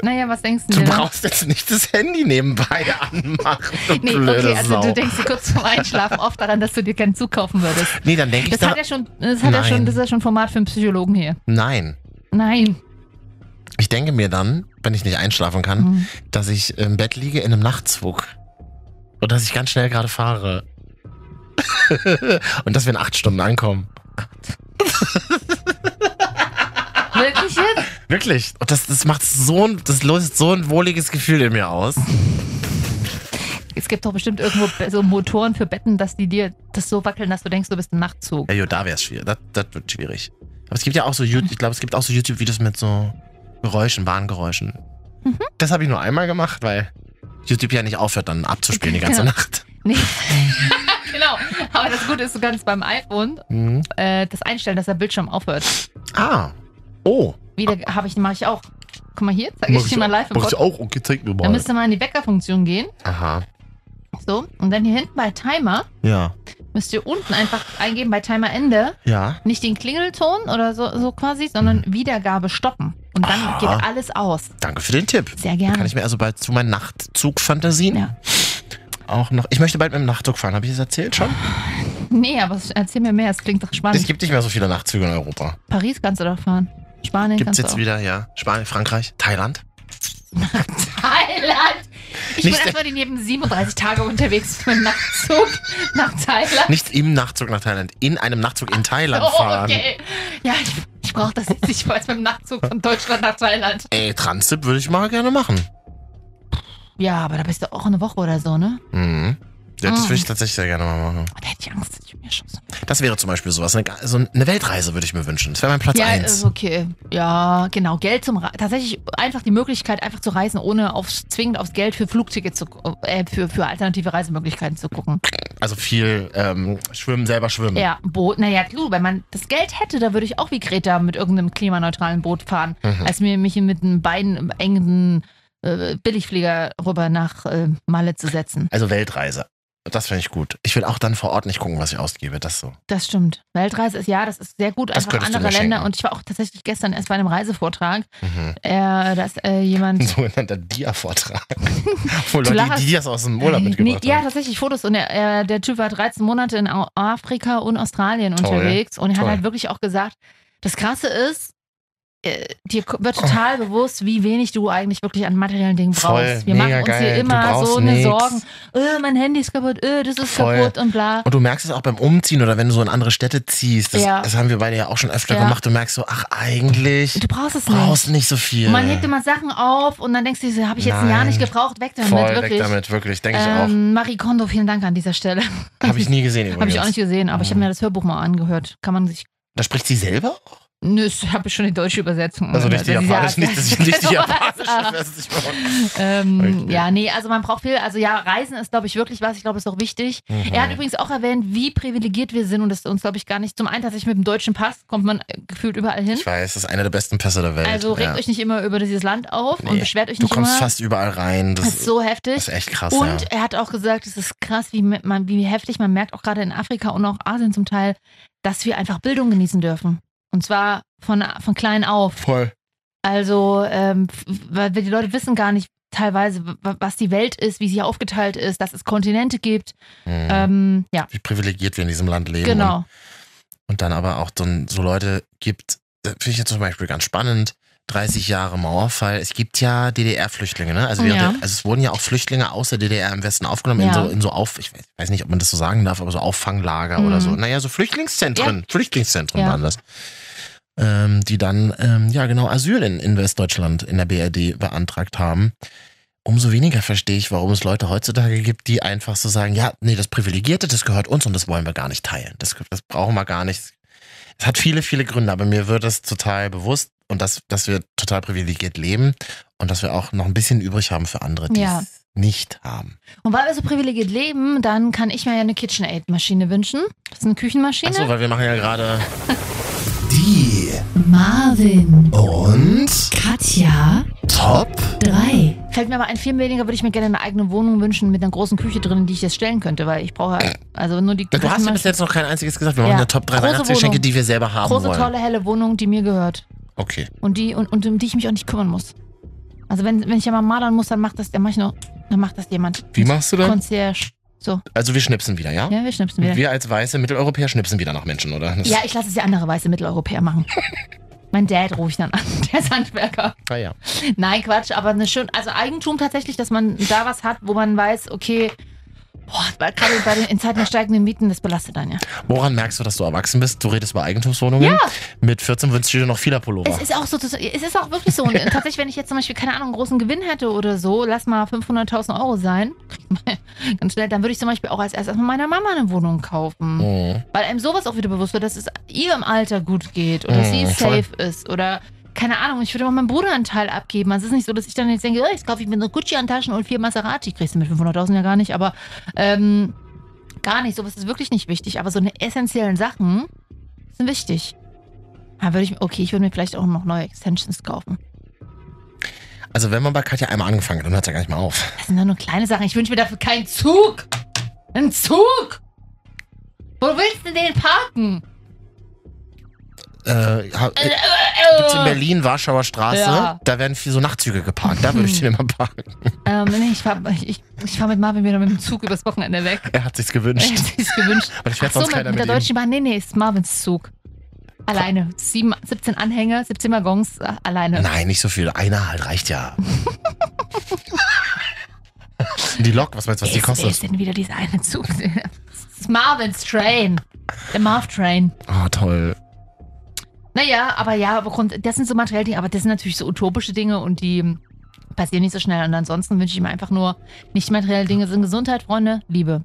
Speaker 1: Naja, was denkst
Speaker 2: Du
Speaker 1: denn?
Speaker 2: brauchst jetzt nicht das Handy nebenbei anmachen. Du
Speaker 1: Nee,
Speaker 2: blöde
Speaker 1: okay, also
Speaker 2: Sau.
Speaker 1: du denkst dir kurz zum Einschlafen oft daran, dass du dir keinen Zug kaufen würdest.
Speaker 2: Nee, dann denke ich
Speaker 1: Das
Speaker 2: da.
Speaker 1: hat ja schon, das hat ja schon,
Speaker 2: Nein.
Speaker 1: das ist ja schon Format für einen Psychologen hier.
Speaker 2: Nein.
Speaker 1: Nein.
Speaker 2: Ich denke mir dann, wenn ich nicht einschlafen kann,
Speaker 1: Mhm.
Speaker 2: dass ich im Bett liege in einem Nachtzug. Und dass ich ganz schnell gerade fahre. Und dass wir in acht Stunden ankommen.
Speaker 1: Wirklich jetzt?
Speaker 2: Wirklich. Und das, das macht so ein, das löst so ein wohliges Gefühl in mir aus.
Speaker 1: Es gibt doch bestimmt irgendwo be- so Motoren für Betten, dass die dir das so wackeln, dass du denkst, du bist ein Nachtzug.
Speaker 2: Ja, jo, da wäre es schwierig. Das, das wird schwierig. Aber es gibt ja auch so, Ju- ich glaube, es gibt auch so YouTube-Videos mit so Geräuschen, Warngeräuschen.
Speaker 1: Mhm.
Speaker 2: Das habe ich nur einmal gemacht, weil YouTube ja nicht aufhört, dann abzuspielen die ganze
Speaker 1: Genau.
Speaker 2: Nacht.
Speaker 1: Nee. genau. Aber das Gute ist, du kannst beim iPhone
Speaker 2: Mhm.
Speaker 1: äh, das einstellen, dass der Bildschirm aufhört.
Speaker 2: Ah. Oh.
Speaker 1: Wieder habe ich, mache ich auch. Guck mal hier, zeige
Speaker 2: Mach
Speaker 1: ich dir mal live im
Speaker 2: mach ich
Speaker 1: Podcast.
Speaker 2: auch. Okay, zeig mir
Speaker 1: Da
Speaker 2: mal.
Speaker 1: müsst ihr mal in die Weckerfunktion gehen.
Speaker 2: Aha.
Speaker 1: So. Und dann hier hinten bei Timer
Speaker 2: Ja.
Speaker 1: müsst ihr unten einfach eingeben bei Timer Ende.
Speaker 2: Ja.
Speaker 1: Nicht den Klingelton oder so, so quasi, sondern Wiedergabe stoppen. Und dann
Speaker 2: Aha.
Speaker 1: geht alles aus.
Speaker 2: Danke für den Tipp.
Speaker 1: Sehr gerne.
Speaker 2: Kann ich mir also bald zu meinen Nachtzug-Fantasien
Speaker 1: Ja.
Speaker 2: auch noch. Ich möchte bald mit dem Nachtzug fahren. Habe ich das erzählt schon?
Speaker 1: Nee, aber erzähl mir mehr, es klingt doch
Speaker 2: Es
Speaker 1: spannend.
Speaker 2: gibt nicht mehr so viele Nachtzüge in Europa.
Speaker 1: Paris kannst du doch fahren. Spanien
Speaker 2: Gibt es
Speaker 1: kannst
Speaker 2: jetzt
Speaker 1: du auch.
Speaker 2: wieder, ja. Spanien, Frankreich, Thailand.
Speaker 1: Thailand! Ich
Speaker 2: Nicht-
Speaker 1: bin erstmal die neben 37 Tage unterwegs für einen Nachtzug nach Thailand.
Speaker 2: Nicht im Nachtzug nach Thailand, in einem Nachtzug in Thailand
Speaker 1: oh,
Speaker 2: fahren.
Speaker 1: okay. Ja, ich, ich brauche das jetzt. Ich war jetzt mit dem Nachtzug von Deutschland nach Thailand.
Speaker 2: Ey, Transit würde ich mal gerne machen.
Speaker 1: Ja, aber da bist du auch eine Woche oder so, ne?
Speaker 2: Mhm. Ja, das
Speaker 1: Ah.
Speaker 2: würde ich tatsächlich sehr gerne mal machen.
Speaker 1: Da hätte ich Angst, dass ich mir schosse.
Speaker 2: Das wäre zum Beispiel sowas. Eine, ga- so eine Weltreise würde ich mir wünschen. Das wäre mein Platz
Speaker 1: ja, also
Speaker 2: eins.
Speaker 1: ist okay. Ja, genau. Geld zum Reisen. Tatsächlich einfach die Möglichkeit, einfach zu reisen, ohne aufs, zwingend aufs Geld für Flugtickets zu äh, für, für alternative Reisemöglichkeiten zu gucken.
Speaker 2: Also viel ähm, schwimmen, selber schwimmen.
Speaker 1: Ja, Boot. Naja, du, wenn man das Geld hätte, da würde ich auch wie Greta mit irgendeinem klimaneutralen Boot fahren,
Speaker 2: Mhm.
Speaker 1: als mir mich mit einem beinengen äh, Billigflieger rüber nach äh, Malle zu setzen.
Speaker 2: Also Weltreise. Das finde ich gut. Ich will auch dann vor Ort nicht gucken, was ich ausgebe. Das so.
Speaker 1: Das stimmt. Weltreise ist ja, das ist sehr gut.
Speaker 2: Das
Speaker 1: Einfach
Speaker 2: könntest du
Speaker 1: andere
Speaker 2: mir
Speaker 1: Länder.
Speaker 2: schenken.
Speaker 1: Und ich war auch tatsächlich gestern erst bei einem Reisevortrag,
Speaker 2: Mhm.
Speaker 1: äh, dass äh,
Speaker 2: Ein
Speaker 1: jemand.
Speaker 2: sogenannter Dia-Vortrag. Wo
Speaker 1: Du
Speaker 2: Leute
Speaker 1: lachst.
Speaker 2: die Dias aus dem Urlaub
Speaker 1: Nee,
Speaker 2: mitgebracht
Speaker 1: ja,
Speaker 2: haben.
Speaker 1: tatsächlich Fotos. Und der, äh, der Typ war 13 Monate in Au- Afrika und Australien
Speaker 2: Toll.
Speaker 1: unterwegs. Und er
Speaker 2: Toll.
Speaker 1: hat halt wirklich auch gesagt, das Krasse ist, äh, dir ko- wird total bewusst, wie wenig du eigentlich wirklich an materiellen Dingen brauchst.
Speaker 2: Oh. Voll,
Speaker 1: Wir machen
Speaker 2: mega
Speaker 1: uns
Speaker 2: geil.
Speaker 1: hier
Speaker 2: Du
Speaker 1: immer
Speaker 2: brauchst
Speaker 1: so eine
Speaker 2: nix.
Speaker 1: Sorgen. Äh, mein Handy ist kaputt, äh, das ist
Speaker 2: Voll.
Speaker 1: kaputt und bla.
Speaker 2: Und du merkst es auch beim Umziehen oder wenn du so in andere Städte ziehst. Das,
Speaker 1: Ja.
Speaker 2: das haben wir beide ja auch schon öfter
Speaker 1: Ja.
Speaker 2: gemacht. Du merkst so, ach, eigentlich
Speaker 1: Du brauchst es nicht.
Speaker 2: brauchst nicht so viel.
Speaker 1: Und man hebt immer Sachen auf und dann denkst du, habe ich jetzt ein
Speaker 2: Nein.
Speaker 1: Jahr nicht gebraucht, weg damit,
Speaker 2: Voll
Speaker 1: wirklich.
Speaker 2: weg damit, wirklich. Denke ich
Speaker 1: Ähm, Marie Kondo, vielen Dank an dieser Stelle.
Speaker 2: auch. Habe ich nie gesehen übrigens.
Speaker 1: Habe ich auch nicht gesehen, aber ich
Speaker 2: Mhm.
Speaker 1: habe mir das Hörbuch mal angehört. Kann man sich
Speaker 2: Da spricht sie selber?
Speaker 1: Nö, das habe ich schon die deutsche Übersetzung. äh,
Speaker 2: Also nicht die
Speaker 1: Das ist
Speaker 2: japanische, nicht, dass ich nicht die japanische
Speaker 1: Ah.
Speaker 2: Version.
Speaker 1: Ähm,
Speaker 2: Okay.
Speaker 1: ja, nee, also man braucht viel. Also ja, Reisen ist, glaube ich, wirklich was. Ich glaube, ist auch wichtig.
Speaker 2: Mhm.
Speaker 1: Er hat übrigens auch erwähnt, wie privilegiert wir sind und das uns, glaube ich, gar nicht. Zum einen, dass ich mit dem deutschen Pass kommt man äh, gefühlt überall hin.
Speaker 2: Ich weiß, das ist einer der besten Pässe der Welt.
Speaker 1: Also regt
Speaker 2: Ja.
Speaker 1: euch nicht immer über dieses Land auf und
Speaker 2: Nee,
Speaker 1: beschwert euch
Speaker 2: Du
Speaker 1: nicht
Speaker 2: kommst
Speaker 1: immer.
Speaker 2: fast überall rein. Das,
Speaker 1: das ist so heftig.
Speaker 2: das ist echt krass,
Speaker 1: Und
Speaker 2: ja.
Speaker 1: er hat auch gesagt, es ist krass, wie, man, wie heftig man merkt, auch gerade in Afrika und auch Asien zum Teil, dass wir einfach Bildung genießen dürfen. Und zwar von, von klein auf.
Speaker 2: Voll.
Speaker 1: Also, ähm, f- weil wir- die Leute wissen gar nicht teilweise, w- w- was die Welt ist, wie sie aufgeteilt ist, dass es Kontinente gibt.
Speaker 2: Mhm.
Speaker 1: Ähm, ja,
Speaker 2: Wie privilegiert wir in diesem Land leben. Und,
Speaker 1: genau.
Speaker 2: äh, und dann aber auch so, so Leute gibt, das finde ich jetzt zum Beispiel ganz spannend, 30 Jahre Mauerfall. Es gibt ja DDR-Flüchtlinge, ne? Also, während
Speaker 1: Ja.
Speaker 2: der, also es wurden ja auch Flüchtlinge aus der DDR im Westen aufgenommen in
Speaker 1: Ja.
Speaker 2: so, in so auf, ich weiß, weiß nicht, ob man das so sagen darf, aber so Auffanglager
Speaker 1: Mhm.
Speaker 2: oder so. Naja, so Flüchtlingszentren, Flüchtlingszentren
Speaker 1: Ja.
Speaker 2: waren das. Ähm, die dann, ähm, ja genau, Asyl in, in Westdeutschland in der BRD beantragt haben. Umso weniger verstehe ich, warum es Leute heutzutage gibt, die einfach so sagen, ja, nee, das Privilegierte, das gehört uns und das wollen wir gar nicht teilen. Das, das brauchen wir gar nicht. Es hat viele, viele Gründe, aber mir wird es total bewusst und dass, dass wir total privilegiert leben und dass wir auch noch ein bisschen übrig haben für andere, die
Speaker 1: Ja.
Speaker 2: es nicht haben.
Speaker 1: Und weil wir so privilegiert leben, dann kann ich mir ja eine KitchenAid-Maschine wünschen. Das ist eine Küchenmaschine.
Speaker 2: Achso, weil wir machen ja gerade
Speaker 12: Die
Speaker 1: Marvin
Speaker 12: und
Speaker 1: Katja
Speaker 12: Top
Speaker 1: 3. Fällt mir aber ein, viel weniger würde ich mir gerne eine eigene Wohnung wünschen mit einer großen Küche drin, in die ich das stellen könnte, weil ich brauche ja- also nur die
Speaker 2: Du hast ja bis
Speaker 1: Küchenmaschine.
Speaker 2: jetzt noch kein einziges gesagt. Wir machen
Speaker 1: Ja.
Speaker 2: eine Top 3
Speaker 1: Große
Speaker 2: Weihnachtsgeschenke,
Speaker 1: Wohnung.
Speaker 2: die wir selber haben
Speaker 1: Große,
Speaker 2: wollen.
Speaker 1: tolle, helle Wohnung, die mir gehört.
Speaker 2: Okay.
Speaker 1: Und die, und, und um die ich mich auch nicht kümmern muss. Also wenn, wenn ich ja mal malern muss, dann macht das, dann mach ich noch, dann macht das jemand.
Speaker 2: Wie machst du das?
Speaker 1: Concierge. So.
Speaker 2: Also wir schnipsen wieder, ja?
Speaker 1: Ja, wir schnipsen wieder.
Speaker 2: Wir als weiße Mitteleuropäer schnipsen wieder nach Menschen, oder? Das-
Speaker 1: ja, ich lasse es ja andere weiße Mitteleuropäer machen. mein Dad rufe ich dann an. Der ist Handwerker.
Speaker 2: Ah, ja.
Speaker 1: Nein, Quatsch, aber eine schön, also Eigentum tatsächlich, dass man da was hat, wo man weiß, okay, boah, bei- gerade bei den in Zeiten der steigenden Mieten, das belastet dann ja.
Speaker 2: Woran merkst du, dass du erwachsen bist? Du redest über Eigentumswohnungen.
Speaker 1: Ja.
Speaker 2: Mit 14 wünschst du dir noch vieler Pullover.
Speaker 1: Es ist auch so, das- es ist auch wirklich so. Und äh, tatsächlich, wenn ich jetzt zum Beispiel, keine Ahnung, einen großen Gewinn hätte oder so, lass mal 500.000 Euro sein, ganz schnell, dann würde ich zum Beispiel auch als erstes mal meiner Mama eine Wohnung kaufen.
Speaker 2: Mhm.
Speaker 1: Weil einem sowas auch wieder bewusst wird, dass es ihr im Alter gut geht oder
Speaker 2: Mhm,
Speaker 1: sie
Speaker 2: voll.
Speaker 1: safe ist oder keine Ahnung, ich würde mal meinen Bruder einen Teil abgeben. Also es ist nicht so, dass ich dann jetzt denke, oh, jetzt kaufe ich mir eine Gucci an Taschen und vier Maserati. Kriegst du mit 500.000 ja gar nicht, aber ähm, gar nicht. Sowas ist wirklich nicht wichtig. Aber so eine essentiellen Sachen sind wichtig. Da würde ich, okay, ich würde mir vielleicht auch noch neue Extensions kaufen.
Speaker 2: Also wenn man bei Katja einmal angefangen hat, dann hört ja gar nicht mehr auf.
Speaker 1: Das sind doch nur kleine Sachen. Ich wünsche mir dafür keinen Zug. Einen Zug! Wo willst du den parken?
Speaker 2: Äh, ha,
Speaker 1: Äh, äh, äh.
Speaker 2: gibt's in Berlin, Warschauer Straße,
Speaker 1: Ja.
Speaker 2: da werden viel so Nachtzüge geparkt. Da würde ich den immer parken.
Speaker 1: Ähm, nee, ich fahre ich, ich fahr mit Marvin wieder mit dem Zug übers Wochenende weg.
Speaker 2: Er hat sich's
Speaker 1: Er
Speaker 2: gewünscht.
Speaker 1: hat sich's gewünscht.
Speaker 2: Aber ich werd
Speaker 1: Ach
Speaker 2: sonst
Speaker 1: so,
Speaker 2: keiner
Speaker 1: mit,
Speaker 2: mit
Speaker 1: der
Speaker 2: ihm.
Speaker 1: Deutschen Bahn. Nee, nee, ist Marvins Zug. Alleine. Sieben, 17 Anhänger, 17 Waggons, äh, alleine.
Speaker 2: Nein, nicht so viel. Einer halt reicht ja. die Lok, was meinst du, was die
Speaker 1: Wer ist- Wer ist
Speaker 2: kostet?
Speaker 1: denn wieder dieser eine Zug? Das ist Marvins Train. Der Marv Train.
Speaker 2: Oh, toll.
Speaker 1: Naja, aber ja, aber Grund, das sind so materielle Dinge, aber das sind natürlich so utopische Dinge und die ähm, passieren nicht so schnell. Und ansonsten wünsche ich mir einfach nur, nicht materielle Dinge sind Gesundheit, Freunde, Liebe.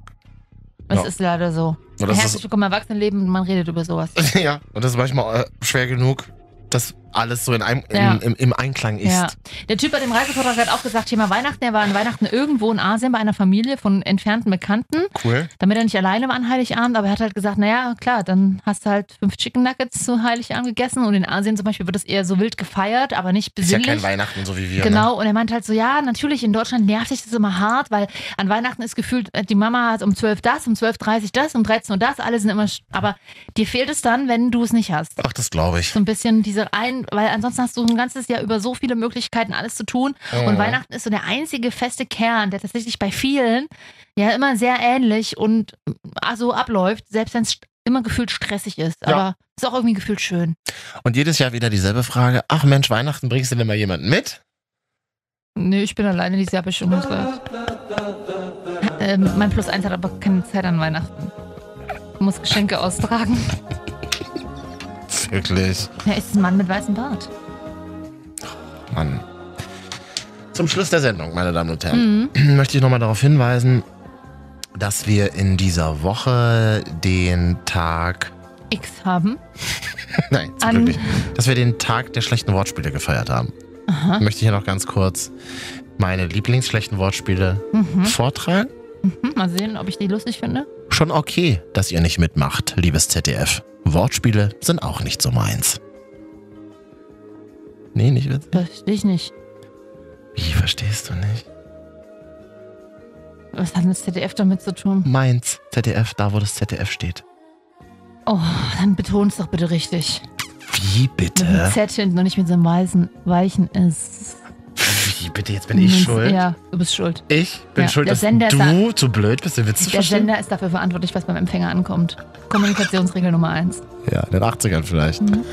Speaker 1: Das
Speaker 2: Ja.
Speaker 1: ist leider so.
Speaker 2: Ja, das
Speaker 1: Herzlich
Speaker 2: ist-
Speaker 1: willkommen im Erwachsenenleben und man redet über sowas.
Speaker 2: ja, und das ist manchmal äh, schwer genug, dass alles so in einem,
Speaker 1: Ja.
Speaker 2: im, im, im Einklang ist.
Speaker 1: Ja. Der Typ bei dem Reisevortrag hat auch gesagt, Thema Weihnachten, er war an Weihnachten irgendwo in Asien bei einer Familie von entfernten Bekannten,
Speaker 2: Cool.
Speaker 1: damit er nicht alleine war an Heiligabend, aber er hat halt gesagt, naja, klar, dann hast du halt fünf Chicken Nuggets zu Heiligabend gegessen und in Asien zum Beispiel wird das eher so wild gefeiert, aber nicht
Speaker 2: Ist ja
Speaker 1: besinnlich.
Speaker 2: kein Weihnachten, so wie wir. Ne?
Speaker 1: Genau, und er meint halt so, ja, natürlich, in Deutschland nervt sich das immer hart, weil an Weihnachten ist gefühlt, äh, die Mama hat um 12 das, um 12.30 Uhr das, um 13 Uhr das, alle sind immer, sch- aber dir fehlt es dann, wenn du es nicht hast.
Speaker 2: Ach, das glaube ich.
Speaker 1: So ein bisschen diese ein, weil ansonsten hast du ein ganzes Jahr über so viele Möglichkeiten, alles zu tun.
Speaker 2: Mhm.
Speaker 1: Und Weihnachten ist so der einzige feste Kern, der tatsächlich bei vielen ja immer sehr ähnlich und äh, so abläuft, selbst wenn es st- immer gefühlt stressig ist.
Speaker 2: Ja.
Speaker 1: Aber ist auch irgendwie gefühlt schön.
Speaker 2: Und jedes Jahr wieder dieselbe Frage. Ach Mensch, Weihnachten bringst du denn mal jemanden mit?
Speaker 1: Nee, ich bin alleine dieses Jahr bestimmt. Ähm, mein Plus 1 hat aber keine Zeit an Weihnachten. Muss Geschenke austragen.
Speaker 2: Wirklich.
Speaker 1: Er ist ein Mann mit weißem Bart.
Speaker 2: Mann. Zum Schluss der Sendung, meine Damen und Herren,
Speaker 1: Mhm.
Speaker 2: möchte ich nochmal darauf hinweisen, dass wir in dieser Woche den Tag,
Speaker 1: X haben.
Speaker 2: nein, zum
Speaker 1: An-
Speaker 2: Glück nicht, dass wir den Tag der schlechten Wortspiele gefeiert haben.
Speaker 1: Aha.
Speaker 2: Möchte ich hier noch ganz kurz meine lieblingsschlechten Wortspiele
Speaker 1: Mhm.
Speaker 2: vortragen.
Speaker 1: Mhm. Mal sehen, ob ich die lustig finde.
Speaker 2: Schon okay, dass ihr nicht mitmacht, liebes ZDF. Wortspiele sind auch nicht so meins. Nee, nicht witzig.
Speaker 1: Verstehe ich nicht.
Speaker 2: Wie verstehst du nicht?
Speaker 1: Was hat denn das ZDF damit zu tun?
Speaker 2: Meins, ZDF, da wo das ZDF steht.
Speaker 1: Oh, dann beton's doch bitte richtig.
Speaker 2: Wie
Speaker 1: Mit einem
Speaker 2: bitte?
Speaker 1: Z hinten und nicht mit so einem weißen, weichen äh, S.
Speaker 2: Wie bitte? Jetzt bin ich schuld.
Speaker 1: Mhm. Ja, du bist schuld.
Speaker 2: Ich bin
Speaker 1: Ja,
Speaker 2: schuld,
Speaker 1: der
Speaker 2: dass
Speaker 1: Sender ist
Speaker 2: du zu blöd bist, den Witz zu
Speaker 1: Der
Speaker 2: verstehen.
Speaker 1: Sender ist dafür verantwortlich, was beim Empfänger ankommt. Kommunikationsregel Nummer eins.
Speaker 2: Ja, in den 80ern vielleicht.
Speaker 1: Mhm.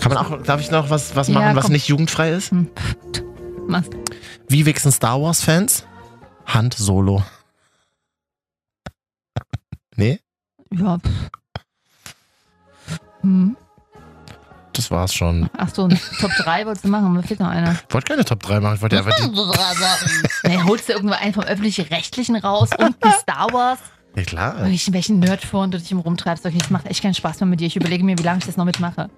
Speaker 2: Kann Kann man auch, darf ich noch was, was
Speaker 1: Ja,
Speaker 2: machen, was
Speaker 1: komm. Hm.
Speaker 2: nicht jugendfrei ist?
Speaker 1: Mach's.
Speaker 2: Wie wichsen Star Wars-Fans? Hand Solo. nee,
Speaker 1: Ja. pff. Hm.
Speaker 2: das war's schon.
Speaker 1: Ach so, eine Top 3 wolltest du machen, aber fehlt noch einer.
Speaker 2: Ich wollte keine Top 3 machen, ich wollte einfach
Speaker 1: Mhm.
Speaker 2: die.
Speaker 1: nee, holst du irgendwo einen vom Öffentlich-Rechtlichen raus und die Star Wars?
Speaker 2: Ja, klar.
Speaker 1: Wirklich, in welchen Nerdforen du dich im rumtreibst. Okay, das macht echt keinen Spaß mehr mit dir. Ich überlege mir, wie lange ich das noch mitmache.